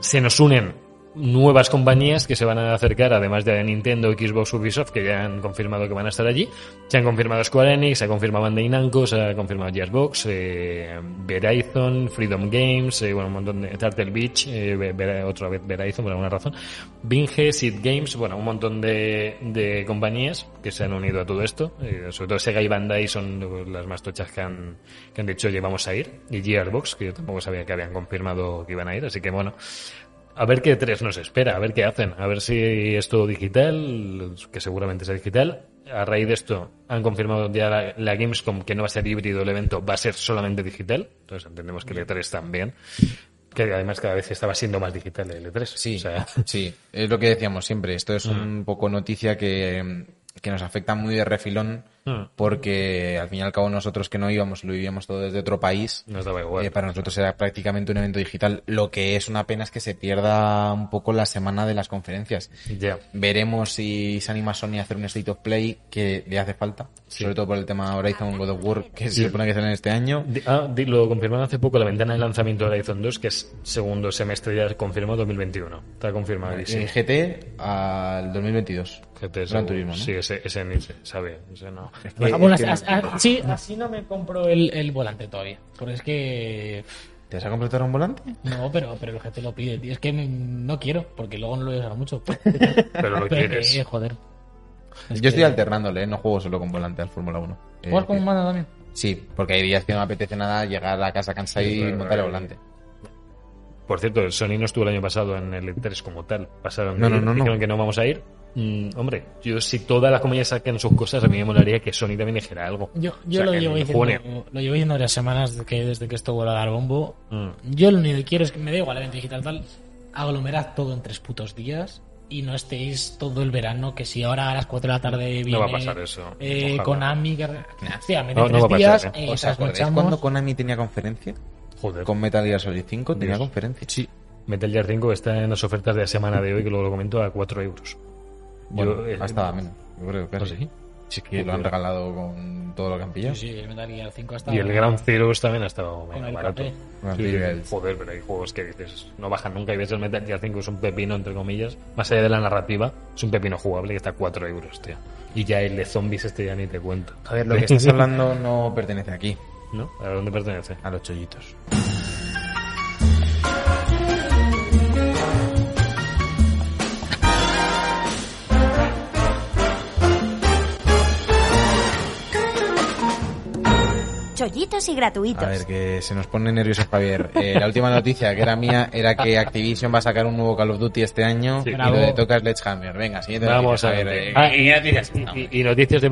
Speaker 1: Se nos unen nuevas compañías que se van a acercar, además de Nintendo, Xbox, Ubisoft, que ya han confirmado que van a estar allí. Se han confirmado Square Enix, se ha confirmado Bandai Namco, se ha confirmado Jazzbox, eh, Verizon, Freedom Games, eh, bueno, un montón de Turtle Beach, eh, Ve- Ver- otra vez Verizon por alguna razón, Binge, Seed Games, bueno, un montón de, de compañías que se han unido a todo esto, eh, sobre todo Sega y Bandai son las más tochas que han, que han dicho, oye, vamos a ir, y Gearbox, que yo tampoco sabía que habían confirmado que iban a ir, así que bueno, a ver qué tres nos espera, a ver qué hacen, a ver si es todo digital, que seguramente sea digital. A raíz de esto han confirmado ya la, la Gamescom que no va a ser híbrido el evento, va a ser solamente digital. Entonces entendemos que el E3 también. Que además cada vez estaba siendo más digital el E3.
Speaker 2: Sí,
Speaker 1: O sea, Mm.
Speaker 2: sí, es lo que decíamos siempre. Esto es un poco noticia que, mm, que nos afecta muy de refilón
Speaker 1: Mm.
Speaker 2: porque al fin y al cabo nosotros que no íbamos, lo vivíamos todo desde otro país.
Speaker 1: nos daba igual.
Speaker 2: eh, para nosotros era prácticamente un evento digital. Lo que es una pena es que se pierda un poco la semana de las conferencias.
Speaker 1: Ya.
Speaker 2: Veremos si se anima Sony a hacer un State of Play que le hace falta,
Speaker 1: Sí.
Speaker 2: sobre todo por el tema Horizon God of War que
Speaker 1: Sí.
Speaker 2: se supone que sale en este año.
Speaker 1: Di- Ah, di- lo confirmaron hace poco la ventana de lanzamiento de Horizon 2, que es segundo semestre ya confirmado 2021. Está confirmado. y sí.
Speaker 2: Eh, GT al 2022.
Speaker 1: GT,
Speaker 2: Gran
Speaker 1: seguro.
Speaker 2: Turismo, ¿no?
Speaker 1: Sí, ese, ese ni se sabe. Ese no.
Speaker 2: que-
Speaker 3: Ah, bueno,
Speaker 2: es que-
Speaker 3: as- as- sí, así no me compro el, el volante todavía. Porque es que.
Speaker 2: ¿Te vas a completar un volante?
Speaker 3: No, pero, pero el gente lo pide, tío. Es que me- no quiero, porque luego no lo voy a usar mucho. Pero,
Speaker 1: Pero lo
Speaker 3: que,
Speaker 1: quieres.
Speaker 3: joder. Es
Speaker 2: Yo estoy
Speaker 3: que-
Speaker 2: alternándole, ¿eh? no juego solo con volante al Fórmula 1. Eh,
Speaker 3: ¿Juegas con un mando también?
Speaker 2: Sí, porque hay días que no me apetece nada llegar a la casa cansado
Speaker 1: Sí,
Speaker 2: y
Speaker 1: claro,
Speaker 2: montar el
Speaker 1: claro.
Speaker 2: volante.
Speaker 1: Por cierto, Sony no estuvo el año pasado en el E3 como tal. Pasaron
Speaker 2: No,
Speaker 1: de
Speaker 2: no,
Speaker 1: ir,
Speaker 2: no, no.
Speaker 1: dijeron que no vamos a ir. Mm, hombre, yo si todas las compañías sacan sus cosas, a mí me molaría que Sony también dijera algo.
Speaker 3: Yo,
Speaker 1: O
Speaker 3: yo
Speaker 1: sea,
Speaker 3: lo,
Speaker 1: que en
Speaker 3: llevo
Speaker 1: junio.
Speaker 3: diciendo, lo llevo diciendo varias semanas de que desde que esto vuelve a dar bombo.
Speaker 1: Mm.
Speaker 3: Yo lo único que quiero es que me dé igual el evento digital tal. Aglomerad todo en tres putos días y no estéis todo el verano. Que si ahora a las 4 de la tarde viene
Speaker 1: No va a pasar eso.
Speaker 3: Eh,
Speaker 1: Ojalá.
Speaker 3: Konami, que... Hostia, mete
Speaker 1: No, no
Speaker 3: tres
Speaker 1: va a pasar,
Speaker 3: días,
Speaker 1: ¿eh?
Speaker 3: eh,
Speaker 2: ¿Os acordáis
Speaker 3: trasnochamos.
Speaker 2: cuando Konami tenía conferencia?
Speaker 1: Joder.
Speaker 2: Con Metal Gear Solid 5 tenía
Speaker 1: Dios.
Speaker 2: conferencia.
Speaker 1: Sí. Metal Gear 5 está en las ofertas de la semana de hoy, que luego lo comento, a 4 euros.
Speaker 2: Bueno,
Speaker 1: Yo, eh,
Speaker 2: hasta menos. Yo creo que
Speaker 1: ¿Ah,
Speaker 2: sí.
Speaker 1: sí?
Speaker 2: Sí, que lo han regalado con todo lo que han pillado.
Speaker 3: Sí, sí, el Metal Gear 5 hasta
Speaker 1: Y el Ground Zeroes también ha estado
Speaker 3: Con el
Speaker 1: barato.
Speaker 3: café.
Speaker 2: Ground
Speaker 1: Sí,
Speaker 2: Zeroes.
Speaker 1: joder, pero hay juegos que dices, no bajan nunca y ves el Metal Gear 5 es un pepino, entre comillas. Más allá de la narrativa, es un pepino jugable que está a 4 euros, tío. Y ya el de zombies este ya ni te cuento.
Speaker 2: A ver, lo que estás hablando no pertenece aquí,
Speaker 1: ¿No? ¿A dónde pertenece?
Speaker 2: a los chollitos.
Speaker 4: Chollitos y gratuitos.
Speaker 2: A ver, que se nos pone nervioso Javier. Eh, la última noticia que era mía era que Activision va a sacar un nuevo Call of Duty este año
Speaker 1: Sí.
Speaker 2: y
Speaker 3: Bravo.
Speaker 2: lo de toca es Hammer. Venga, siguiente
Speaker 1: Vamos
Speaker 2: noticia,
Speaker 1: a
Speaker 2: Javier,
Speaker 1: ver.
Speaker 2: eh,
Speaker 1: Ah, y, y- y- y noticias de-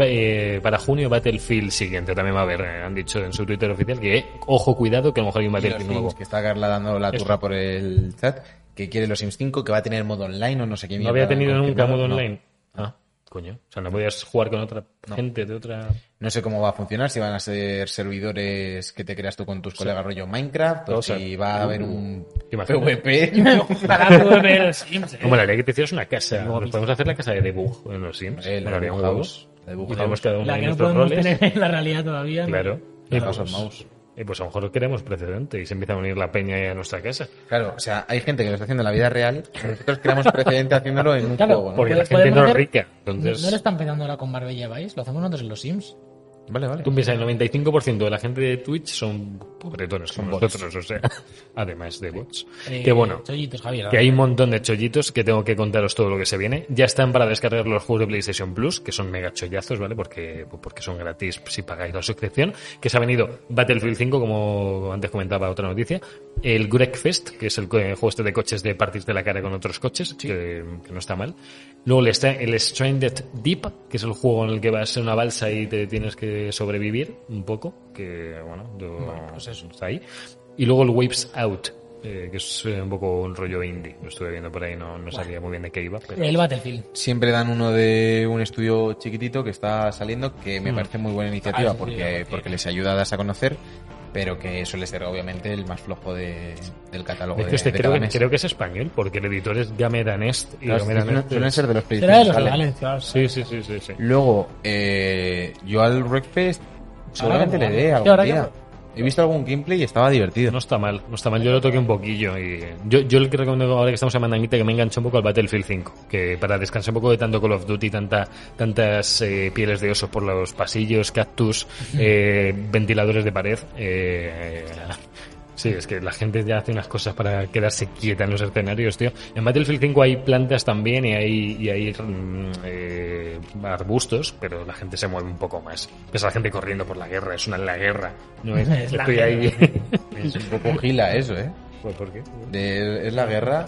Speaker 1: eh, para junio, Battlefield siguiente también va a haber. eh, han dicho en su Twitter oficial que, eh, ojo, cuidado, que a lo mejor hay un
Speaker 2: y los
Speaker 1: Battlefield nuevo.
Speaker 2: Sims, que está Carla dando la
Speaker 1: Eso.
Speaker 2: turra por el chat, que quiere los Sims 5, que va a tener modo online o no sé qué.
Speaker 1: No
Speaker 2: mierda
Speaker 1: había tenido
Speaker 2: han
Speaker 1: nunca
Speaker 2: confirmado,
Speaker 1: modo
Speaker 2: no.
Speaker 1: online. Ah, coño. O sea, no podías jugar con otra gente de otra...
Speaker 2: No sé cómo va a funcionar, si van a ser servidores que te creas tú con tus colegas rollo Minecraft, o,
Speaker 1: O sea,
Speaker 2: si va a haber un
Speaker 1: Uh, imagínate.
Speaker 2: PvP.
Speaker 3: Ojalá tú me veas Sims, eh.
Speaker 1: No, molaría que te hicieras una casa. Nos podemos hacer la casa de debug en los Sims.
Speaker 2: Eh, la
Speaker 1: Molaría un
Speaker 2: dibujamos,
Speaker 1: huevo.
Speaker 2: la dibujamos.
Speaker 1: Y tenemos cada uno
Speaker 3: La
Speaker 1: ahí
Speaker 3: que no
Speaker 1: nuestros
Speaker 3: podemos
Speaker 1: roles.
Speaker 3: tener en la realidad todavía. ¿no?
Speaker 1: Claro.
Speaker 2: Le
Speaker 1: Y pues,
Speaker 2: paso el mouse.
Speaker 1: y pues a lo mejor queremos precedente y se empieza a unir la peña ahí a nuestra casa.
Speaker 2: Claro, o sea, hay gente que lo está haciendo en la vida real, pero nosotros creamos precedente haciéndolo en un
Speaker 3: Claro,
Speaker 2: juego. ¿no?
Speaker 1: Porque la
Speaker 3: Podemos
Speaker 1: gente no es
Speaker 3: hacer-
Speaker 1: rica.
Speaker 3: ¿No lo
Speaker 1: Entonces,
Speaker 3: están petando ahora con Marbella Vice? ¿Lo hacemos nosotros en los Sims?
Speaker 2: Vale, vale.
Speaker 1: tú piensas, el 95% de la gente de Twitch son pobretones como
Speaker 2: bots.
Speaker 1: nosotros, o sea, además de bots.
Speaker 3: Eh,
Speaker 1: que bueno,
Speaker 3: Chollitos, Javier.
Speaker 1: que hay un montón de chollitos que tengo que contaros todo lo que se viene. Ya están para descargar los juegos de PlayStation Plus, que son mega chollazos, ¿vale? Porque, porque son gratis si pagáis la suscripción. Que se ha venido Battlefield 5, como antes comentaba otra noticia. El Greg Fest, que es el co- eh, juego este de coches de partirte la cara con otros coches, que, que no está mal. Luego le está el Stranded Deep, que es el juego en el que vas en una balsa y te tienes que sobrevivir un poco. Que, bueno, yo- está ahí. Y luego el Waves Out. eh, que es eh, un poco un rollo indie, lo estuve viendo por ahí, no, no sabía muy bien de qué iba, pero
Speaker 3: El Battlefield.
Speaker 2: Siempre dan uno de un estudio chiquitito que está saliendo, que me parece muy buena iniciativa
Speaker 3: Ah, sí,
Speaker 2: porque,
Speaker 3: sí.
Speaker 2: porque les ayuda a darse a conocer, pero que suele ser obviamente el más flojo de- del catálogo.
Speaker 1: De hecho,
Speaker 2: de-
Speaker 1: este
Speaker 2: de
Speaker 1: creo,
Speaker 2: cada
Speaker 1: que,
Speaker 2: mes.
Speaker 1: creo que es español, porque el editor es Gameranest. Y
Speaker 2: Claro,
Speaker 1: Gameranest
Speaker 2: suelen, suelen
Speaker 1: es-
Speaker 2: ser de los
Speaker 3: Será de
Speaker 2: proyectos
Speaker 3: los
Speaker 2: que salen.
Speaker 3: legales, claro.
Speaker 1: Sí, sí, sí, sí. sí.
Speaker 2: Luego, eh, yo al Wreckfest seguramente
Speaker 3: que
Speaker 2: le
Speaker 3: lo
Speaker 2: dé
Speaker 3: hago.
Speaker 2: algún
Speaker 3: Ahora que
Speaker 2: día. He visto algún gameplay y estaba divertido.
Speaker 1: No está mal, no está mal. Yo lo toqué un poquillo. y Yo, yo el que recomiendo ahora que estamos en Mandanguita que me enganchó un poco al Battlefield 5. Que para descansar un poco de tanto Call of Duty, tanta, tantas eh, pieles de osos por los pasillos, cactus, eh, ventiladores de pared. eh, Sí, es que la gente ya hace unas cosas para quedarse quieta en los escenarios, tío. En Battlefield 5 hay plantas también y hay, y hay mm, eh, arbustos, pero la gente se mueve un poco más. Es la gente corriendo por la guerra, es una la guerra. No es,
Speaker 3: Es la
Speaker 1: estoy ahí.
Speaker 2: Es un poco gila eso, ¿eh?
Speaker 1: Pues, ¿Por qué?
Speaker 2: De- es la guerra.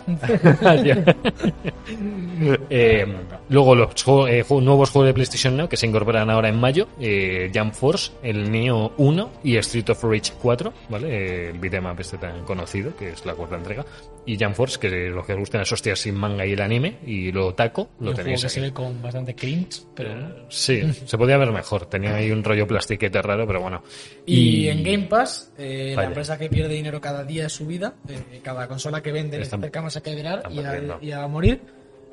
Speaker 1: Eh, luego los juego- eh, juego- nuevos juegos de PlayStation Now que se incorporan ahora en mayo, eh, Jump Force, el Neo 1 y Street of Rage 4, ¿vale? Eh, el beat'em up este tan conocido, que es la cuarta entrega. Y Jump Force, que los que os gusten las hostias sin manga y el anime, y lo taco, lo
Speaker 3: un juego
Speaker 1: tenéis
Speaker 3: que se
Speaker 1: aquí.
Speaker 3: ve con bastante cringe, pero...
Speaker 1: Sí, se podía ver mejor, tenía ahí un rollo plastiquete raro, pero bueno.
Speaker 5: Y en Game Pass, eh, la
Speaker 1: Vaya.
Speaker 5: empresa que pierde dinero cada día de su vida, eh, cada consola que vende le
Speaker 1: Están-
Speaker 5: acercamos a quebrar
Speaker 1: están
Speaker 5: y a,
Speaker 1: perdiendo.
Speaker 5: y a morir,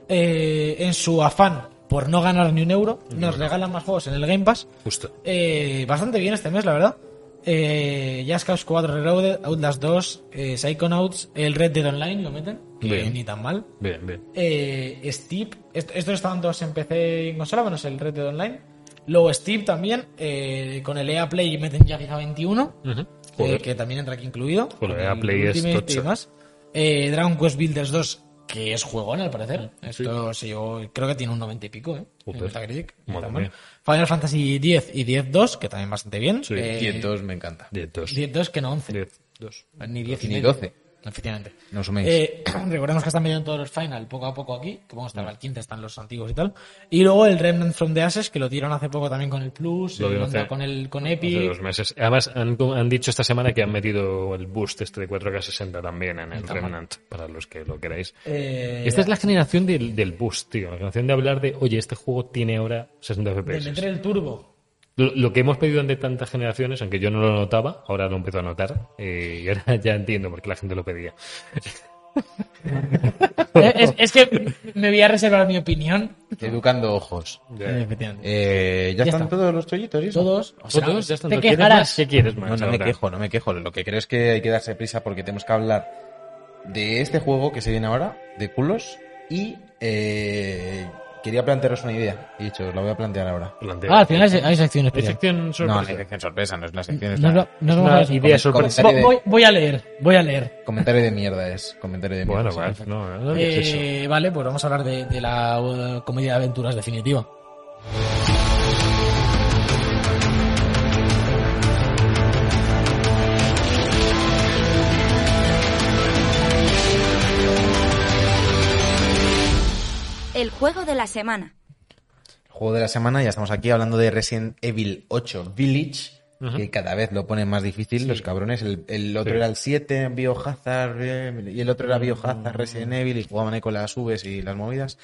Speaker 5: eh, en su afán por no ganar ni un euro, nos regalan más juegos en el Game Pass.
Speaker 1: Justo.
Speaker 5: Eh, bastante bien este mes, la verdad. Eh, Just Cause 4 Reloaded, Outlast 2, eh, Psychonauts, el Red Dead Online lo meten, que
Speaker 1: Bien.
Speaker 5: ni tan mal.
Speaker 1: Bien, bien.
Speaker 5: Eh, Steep, esto, esto están dos en PC y en consola, menos el Red Dead Online. Luego Steep también, eh, con el EA Play meten ya FIFA 21,
Speaker 1: Ujú.
Speaker 5: eh,
Speaker 1: Joder.
Speaker 5: que también entra aquí incluido.
Speaker 1: Joder, EA
Speaker 5: el
Speaker 1: Play es
Speaker 5: Ultimate y
Speaker 1: tocho.
Speaker 5: demás. Eh, Dragon Quest Builders 2
Speaker 3: que es juegón al parecer.
Speaker 1: Sí.
Speaker 3: Esto sí, yo creo que tiene un 90 y pico, ¿eh? En
Speaker 1: Joder.
Speaker 3: Metacritic.
Speaker 1: Madre
Speaker 3: Está bueno.
Speaker 1: mía.
Speaker 3: Final Fantasy X y X-2, que también bastante bien.
Speaker 1: Sí.
Speaker 3: Eh,
Speaker 2: Y entonces me encanta.
Speaker 1: 10, 2.
Speaker 3: 10-2 que no 11. Ni 10 y
Speaker 2: Ni
Speaker 3: medio.
Speaker 2: 12.
Speaker 3: Efectivamente.
Speaker 2: No suméis.
Speaker 3: Eh, recordemos que están viendo todos los final poco a poco aquí. Que vamos a estar al 15, están los antiguos y tal. Y luego el Remnant from the Ashes, que lo tiraron hace poco también con el Plus,
Speaker 1: Lo
Speaker 3: el
Speaker 1: vieron
Speaker 3: Onda
Speaker 1: hace-
Speaker 3: con el con
Speaker 1: Hace
Speaker 3: Epic.
Speaker 1: dos meses. Además, han, han dicho esta semana que han metido el boost este de 4K60 también en el
Speaker 3: Está mal.
Speaker 1: Remnant, para los que lo queráis.
Speaker 3: Eh,
Speaker 1: Esta Este es la generación del, del boost, tío. La generación de hablar de, oye, este juego tiene ahora 60
Speaker 3: de meter
Speaker 1: FPS.
Speaker 3: el turbo.
Speaker 1: Lo, lo que hemos pedido de tantas generaciones, aunque yo no lo notaba, ahora lo empiezo a notar. eh, y ahora ya entiendo por qué la gente lo pedía.
Speaker 3: Eh, es, es que me voy a reservar mi opinión.
Speaker 2: Educando ojos.
Speaker 3: Eh, efectivamente.
Speaker 2: Eh, ¿ya,
Speaker 3: Ya
Speaker 2: están
Speaker 3: está.
Speaker 2: todos los chollitos? y eso?
Speaker 3: Todos. o sea,
Speaker 1: Todos ya están-
Speaker 3: Te
Speaker 1: ¿Quieres
Speaker 3: quejarás.
Speaker 1: más? ¿Qué quieres más?
Speaker 2: No, no me
Speaker 1: ahora?
Speaker 2: quejo, no me quejo. Lo que creo es que hay que darse prisa porque tenemos que hablar de este juego que se viene ahora, de culos, y eh, quería plantearos una idea. He dicho, os la voy a plantear ahora.
Speaker 1: Plantea.
Speaker 3: Ah, al final hay- hay sección
Speaker 1: ¿Hay
Speaker 3: especial.
Speaker 1: sección
Speaker 2: No,
Speaker 1: sorpresa?
Speaker 2: no es sección sorpresa, no es una sección. es
Speaker 3: Nos
Speaker 2: la-
Speaker 3: va- nos
Speaker 1: Es
Speaker 3: vamos a
Speaker 1: una
Speaker 3: ver.
Speaker 1: idea
Speaker 2: Comen-
Speaker 1: sorpresa.
Speaker 3: Voy, voy- voy a leer, voy a leer.
Speaker 2: Comentario de mierda es, comentario de mierda.
Speaker 1: Bueno, vale, no, no, no digas eso.
Speaker 3: Eh, vale, pues vamos a hablar de, de la eh, comedia de aventuras definitiva.
Speaker 4: El juego de la semana.
Speaker 2: Juego de la semana, ya estamos aquí hablando de Resident Evil 8 Village, que cada vez lo ponen más difícil, los cabrones. El, el otro
Speaker 1: Sí.
Speaker 2: era el 7, Biohazard, eh, y el otro era
Speaker 1: Mm.
Speaker 2: Biohazard, Resident Evil, y jugaban ahí con las Vs y las movidas.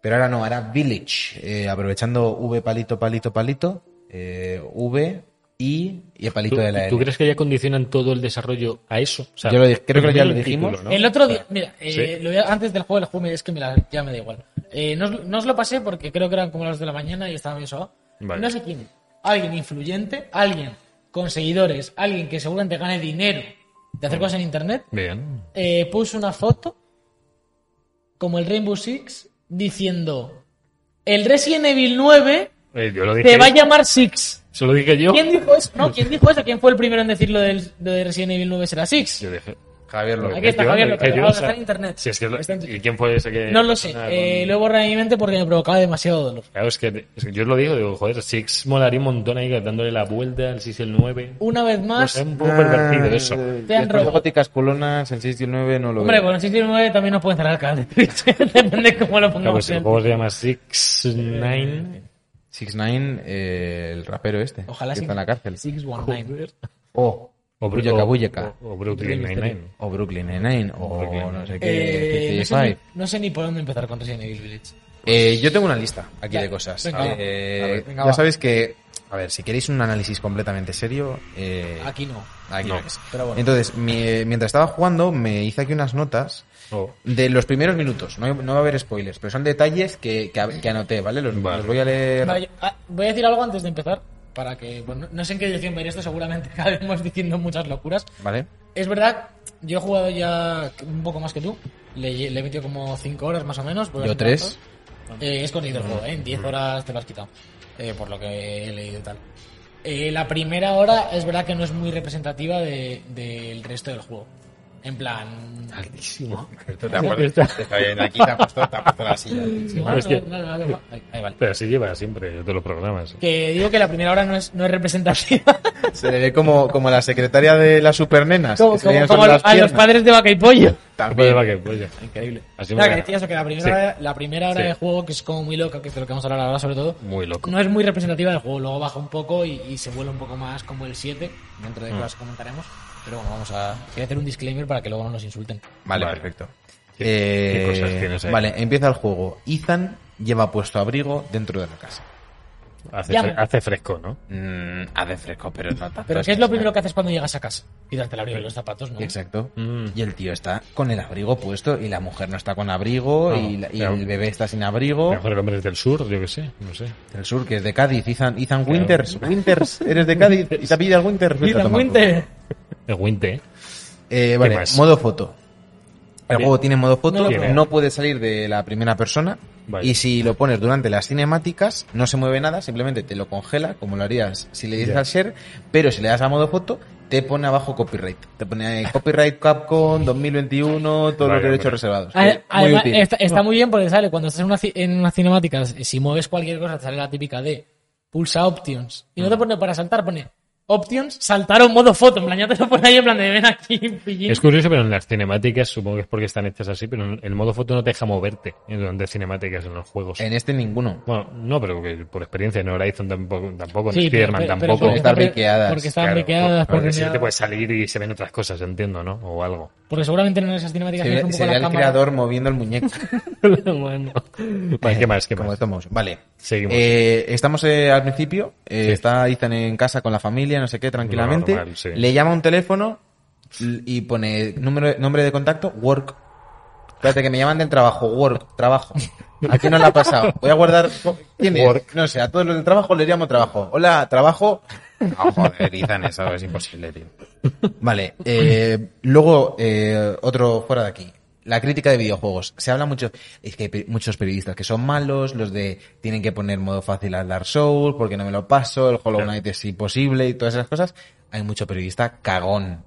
Speaker 2: Pero ahora no, ahora Village, eh, aprovechando V palito, palito, palito, eh, V, I y el palito
Speaker 1: ¿Tú,
Speaker 2: de la L.
Speaker 1: tú crees que ya condicionan todo el desarrollo a eso? O sea,
Speaker 2: Yo lo di- creo que
Speaker 1: primero
Speaker 2: ya lo
Speaker 1: el
Speaker 2: dijimos.
Speaker 1: título, ¿no?
Speaker 3: El otro día,
Speaker 1: O sea,
Speaker 3: mira, eh,
Speaker 1: sí.
Speaker 3: lo voy a- antes del juego, el juego me- es que me la- ya me da igual. Eh, no, os, no os lo pasé porque creo que eran como las de la mañana y estaba bien sobado.
Speaker 1: Vale.
Speaker 3: No sé quién, alguien influyente, alguien con seguidores, alguien que seguramente gane dinero de hacer cosas en internet,
Speaker 1: Bien.
Speaker 3: eh, puso una foto como el Rainbow Six diciendo: El Resident Evil 9
Speaker 1: Eh, yo lo dije.
Speaker 3: te va a llamar Six.
Speaker 1: Se lo dije yo.
Speaker 3: ¿Quién dijo eso? No, ¿quién dijo eso? ¿Quién fue el primero en decir lo, del, lo de Resident Evil 9 será Six?
Speaker 1: Yo dije.
Speaker 2: Javier lo
Speaker 3: Aquí está
Speaker 1: yo,
Speaker 3: Javier,
Speaker 1: lo
Speaker 3: lo
Speaker 1: dije
Speaker 3: que
Speaker 1: yo, o
Speaker 3: vamos a
Speaker 1: sea,
Speaker 3: dejar en internet.
Speaker 1: Si es que lo-
Speaker 3: Está en-
Speaker 1: ¿Y quién fue ese que.?
Speaker 3: No lo sé,
Speaker 1: Ah,
Speaker 3: eh,
Speaker 1: con-
Speaker 3: lo he borrado de mi mente porque me provocaba demasiado dolor.
Speaker 1: Claro, es que, es que yo lo digo, digo, joder, Six molaría un montón ahí dándole la vuelta, el 6 y el 9.
Speaker 3: Una vez
Speaker 1: No
Speaker 3: más,
Speaker 1: sé, un poco pervertido eso.
Speaker 3: Te han robado.
Speaker 2: Eh, góticas colonas, el 6 y el 9 no lo
Speaker 3: hombre,
Speaker 2: veo.
Speaker 3: con el 619 también nos pueden cerrar el canal de Twitch. Depende cómo lo
Speaker 1: Claro,
Speaker 3: pongamos.
Speaker 1: si el
Speaker 3: en-
Speaker 1: juego se llama Six Nine.
Speaker 2: 6-9, eh, el rapero este,
Speaker 3: Ojalá
Speaker 2: que
Speaker 3: sí.
Speaker 2: está en la cárcel.
Speaker 3: 619.
Speaker 2: O
Speaker 1: O Bru-
Speaker 2: Buyaka
Speaker 1: o-
Speaker 2: Buyaka.
Speaker 1: o- o Brooklyn Nine-Nine.
Speaker 2: O Brooklyn Nine-Nine. O
Speaker 1: Brooklyn.
Speaker 2: no sé qué.
Speaker 3: Eh, no,
Speaker 2: 55.
Speaker 3: sé ni, no sé ni por dónde empezar con Resident Evil Village.
Speaker 2: Eh, yo tengo una lista aquí
Speaker 3: Ya,
Speaker 2: de cosas.
Speaker 3: venga, va.
Speaker 2: Eh,
Speaker 3: A ver, venga,
Speaker 2: ya
Speaker 3: va.
Speaker 2: sabéis que, a ver, si queréis un análisis completamente serio, eh,
Speaker 3: Aquí no.
Speaker 2: aquí
Speaker 1: No.
Speaker 2: no es.
Speaker 3: Pero bueno.
Speaker 2: Entonces, mi- eh, mientras estaba jugando, me hice aquí unas notas
Speaker 1: Oh,
Speaker 2: de los primeros minutos. No, hay- no va a haber spoilers, pero son detalles que, que- que anoté, ¿vale? Los,
Speaker 1: Vale.
Speaker 2: los voy a leer.
Speaker 3: Vale, yo- ah, voy a decir algo antes de empezar. Para que, bueno, no sé en qué dirección va a ir esto, seguramente acabemos diciendo muchas locuras.
Speaker 2: ¿Vale?
Speaker 3: Es verdad, yo he jugado ya un poco más que tú. Le, le he metido como 5 horas más o menos. voy a
Speaker 2: Yo
Speaker 3: hacer
Speaker 2: tres.
Speaker 3: datos. Eh, es cortito el juego, ¿eh? En 10 horas te lo has quitado. eh, por lo que he leído y tal. Eh, la primera hora es verdad que no es muy representativa de- del resto del juego. En plan.
Speaker 1: altísimo.
Speaker 2: Te ha puesto- Aquí te ha puesto, te ha puesto la silla.
Speaker 3: "Ah, No,
Speaker 1: es que-
Speaker 3: no, no, no, no, ahí- ahí vale.
Speaker 1: Pero así lleva siempre de los programas.
Speaker 3: Que digo que la primera hora no es, no es representativa.
Speaker 2: Se le ve como, como la secretaria de las supernenas.
Speaker 3: como
Speaker 2: que se le veían
Speaker 3: como- como
Speaker 2: solo
Speaker 3: a,
Speaker 2: las
Speaker 3: los- a los
Speaker 2: piernas.
Speaker 3: padres de vaca y pollo.
Speaker 2: También.
Speaker 1: Va que polla.
Speaker 3: Increíble.
Speaker 1: Así
Speaker 3: Claro,
Speaker 1: me
Speaker 3: que
Speaker 1: gana.
Speaker 3: decía eso, que la primera, hora- la primera hora
Speaker 1: Sí.
Speaker 3: de juego, que es como muy loca, que es de lo que vamos a hablar ahora sobre todo,
Speaker 1: Muy loco.
Speaker 3: no es muy representativa del juego. Luego baja un poco y, y se vuelve un poco más como el 7, dentro de que las comentaremos. Pero bueno, vamos a... Voy a hacer un disclaimer para que luego no nos insulten.
Speaker 2: Vale,
Speaker 1: Vale.
Speaker 2: perfecto.
Speaker 1: ¿Qué-
Speaker 2: Eh,
Speaker 1: qué cosas tienes ahí?
Speaker 2: Vale, empieza el juego. Ethan lleva puesto abrigo dentro de la casa.
Speaker 1: Hace,
Speaker 3: Ya.
Speaker 1: fre- hace fresco, ¿no?
Speaker 2: Mm, de fresco, pero no tanto.
Speaker 3: Pero ¿qué es lo primero que haces cuando llegas a casa? Quitarte el abrigo y los zapatos, ¿no?
Speaker 2: Exacto.
Speaker 1: Mm.
Speaker 2: Y el tío está con el abrigo puesto y la mujer no está con abrigo
Speaker 1: No,
Speaker 2: y, la- y
Speaker 1: claro.
Speaker 2: el bebé está sin abrigo.
Speaker 1: Mejor el hombre es del sur, yo que sé, no sé. Eh,
Speaker 2: El sur, que es de Cádiz. Ethan, Ethan Winters. Winters, eres de Cádiz. Y te pilla el Winters. vete a
Speaker 3: Ethan
Speaker 2: tomar por
Speaker 3: Winter.
Speaker 1: El Winte, ¿eh?
Speaker 2: Eh, vale,
Speaker 1: más?
Speaker 2: modo foto. El
Speaker 1: Bien.
Speaker 2: juego tiene modo
Speaker 3: No
Speaker 2: foto,
Speaker 3: lo
Speaker 1: creo.
Speaker 2: no puede salir de la primera persona.
Speaker 1: Vale.
Speaker 2: Y si lo pones durante las cinemáticas, no se mueve nada, simplemente te lo congela, como lo harías si le dices
Speaker 1: Ya.
Speaker 2: al share, pero si le das a modo foto, te pone abajo copyright. Te pone ahí, copyright Capcom 2021, todos
Speaker 1: Vaya,
Speaker 2: los derechos
Speaker 1: hombre.
Speaker 2: reservados.
Speaker 3: Ade-
Speaker 2: Que muy
Speaker 3: además,
Speaker 2: útil.
Speaker 3: está, está muy bien porque sale cuando estás en una, ci- en una cinemática, si mueves cualquier cosa, te sale la típica de pulsa options. Y no te pone para saltar, pone options, saltar o modo foto. En plan, ya te lo pone ahí en plan de ven aquí, pillín.
Speaker 1: Es curioso, pero en las cinemáticas supongo que es porque están hechas así, pero el modo foto no te deja moverte en durante cinemáticas en los juegos.
Speaker 2: En este ninguno.
Speaker 1: Bueno, no, pero que por experiencia en Horizon tampoco, tampoco en
Speaker 3: Sí, pero-
Speaker 1: Spider-Man
Speaker 3: pero- pero
Speaker 1: tampoco.
Speaker 3: porque
Speaker 2: Están
Speaker 3: pre-
Speaker 2: briqueadas,
Speaker 3: Porque están
Speaker 1: Claro,
Speaker 3: briqueadas,
Speaker 1: porque
Speaker 3: porque,
Speaker 1: si
Speaker 3: no-
Speaker 1: no te puedes salir y se ven otras cosas, entiendo, ¿no? O algo.
Speaker 3: porque seguramente en esas cinemáticas
Speaker 2: Se
Speaker 3: ves
Speaker 2: ve,
Speaker 3: un poco
Speaker 2: se ve
Speaker 3: la
Speaker 2: al
Speaker 3: cámara.
Speaker 2: creador moviendo el muñeco.
Speaker 1: bueno. Vale, ¿Qué más? ¿Qué
Speaker 2: Como
Speaker 1: más?
Speaker 2: esto motion. Vale.
Speaker 1: Seguimos.
Speaker 2: Eh, estamos eh, al principio. eh,
Speaker 1: Sí.
Speaker 2: Está Ethan en casa con la familia, no sé qué, tranquilamente.
Speaker 1: Normal, sí.
Speaker 2: Le llama un teléfono l- y pone número, nombre de contacto, work. Espérate, que me llaman del trabajo, work, trabajo. ¿A quién no le ha pasado? Voy a guardar. ¿Quién es?
Speaker 1: Work.
Speaker 2: No sé, a todos los del trabajo les llamo trabajo. Hola, trabajo.
Speaker 1: Ah,
Speaker 2: No, joder, Ethan, eso es imposible, tío. Vale, eh, luego eh, otro fuera de aquí. La crítica de videojuegos. Se habla mucho, es que hay pe- muchos periodistas que son malos, los de tienen que poner modo fácil al Dark Souls porque no me lo paso, el Hollow Knight es imposible y todas esas cosas. Hay mucho periodista cagón.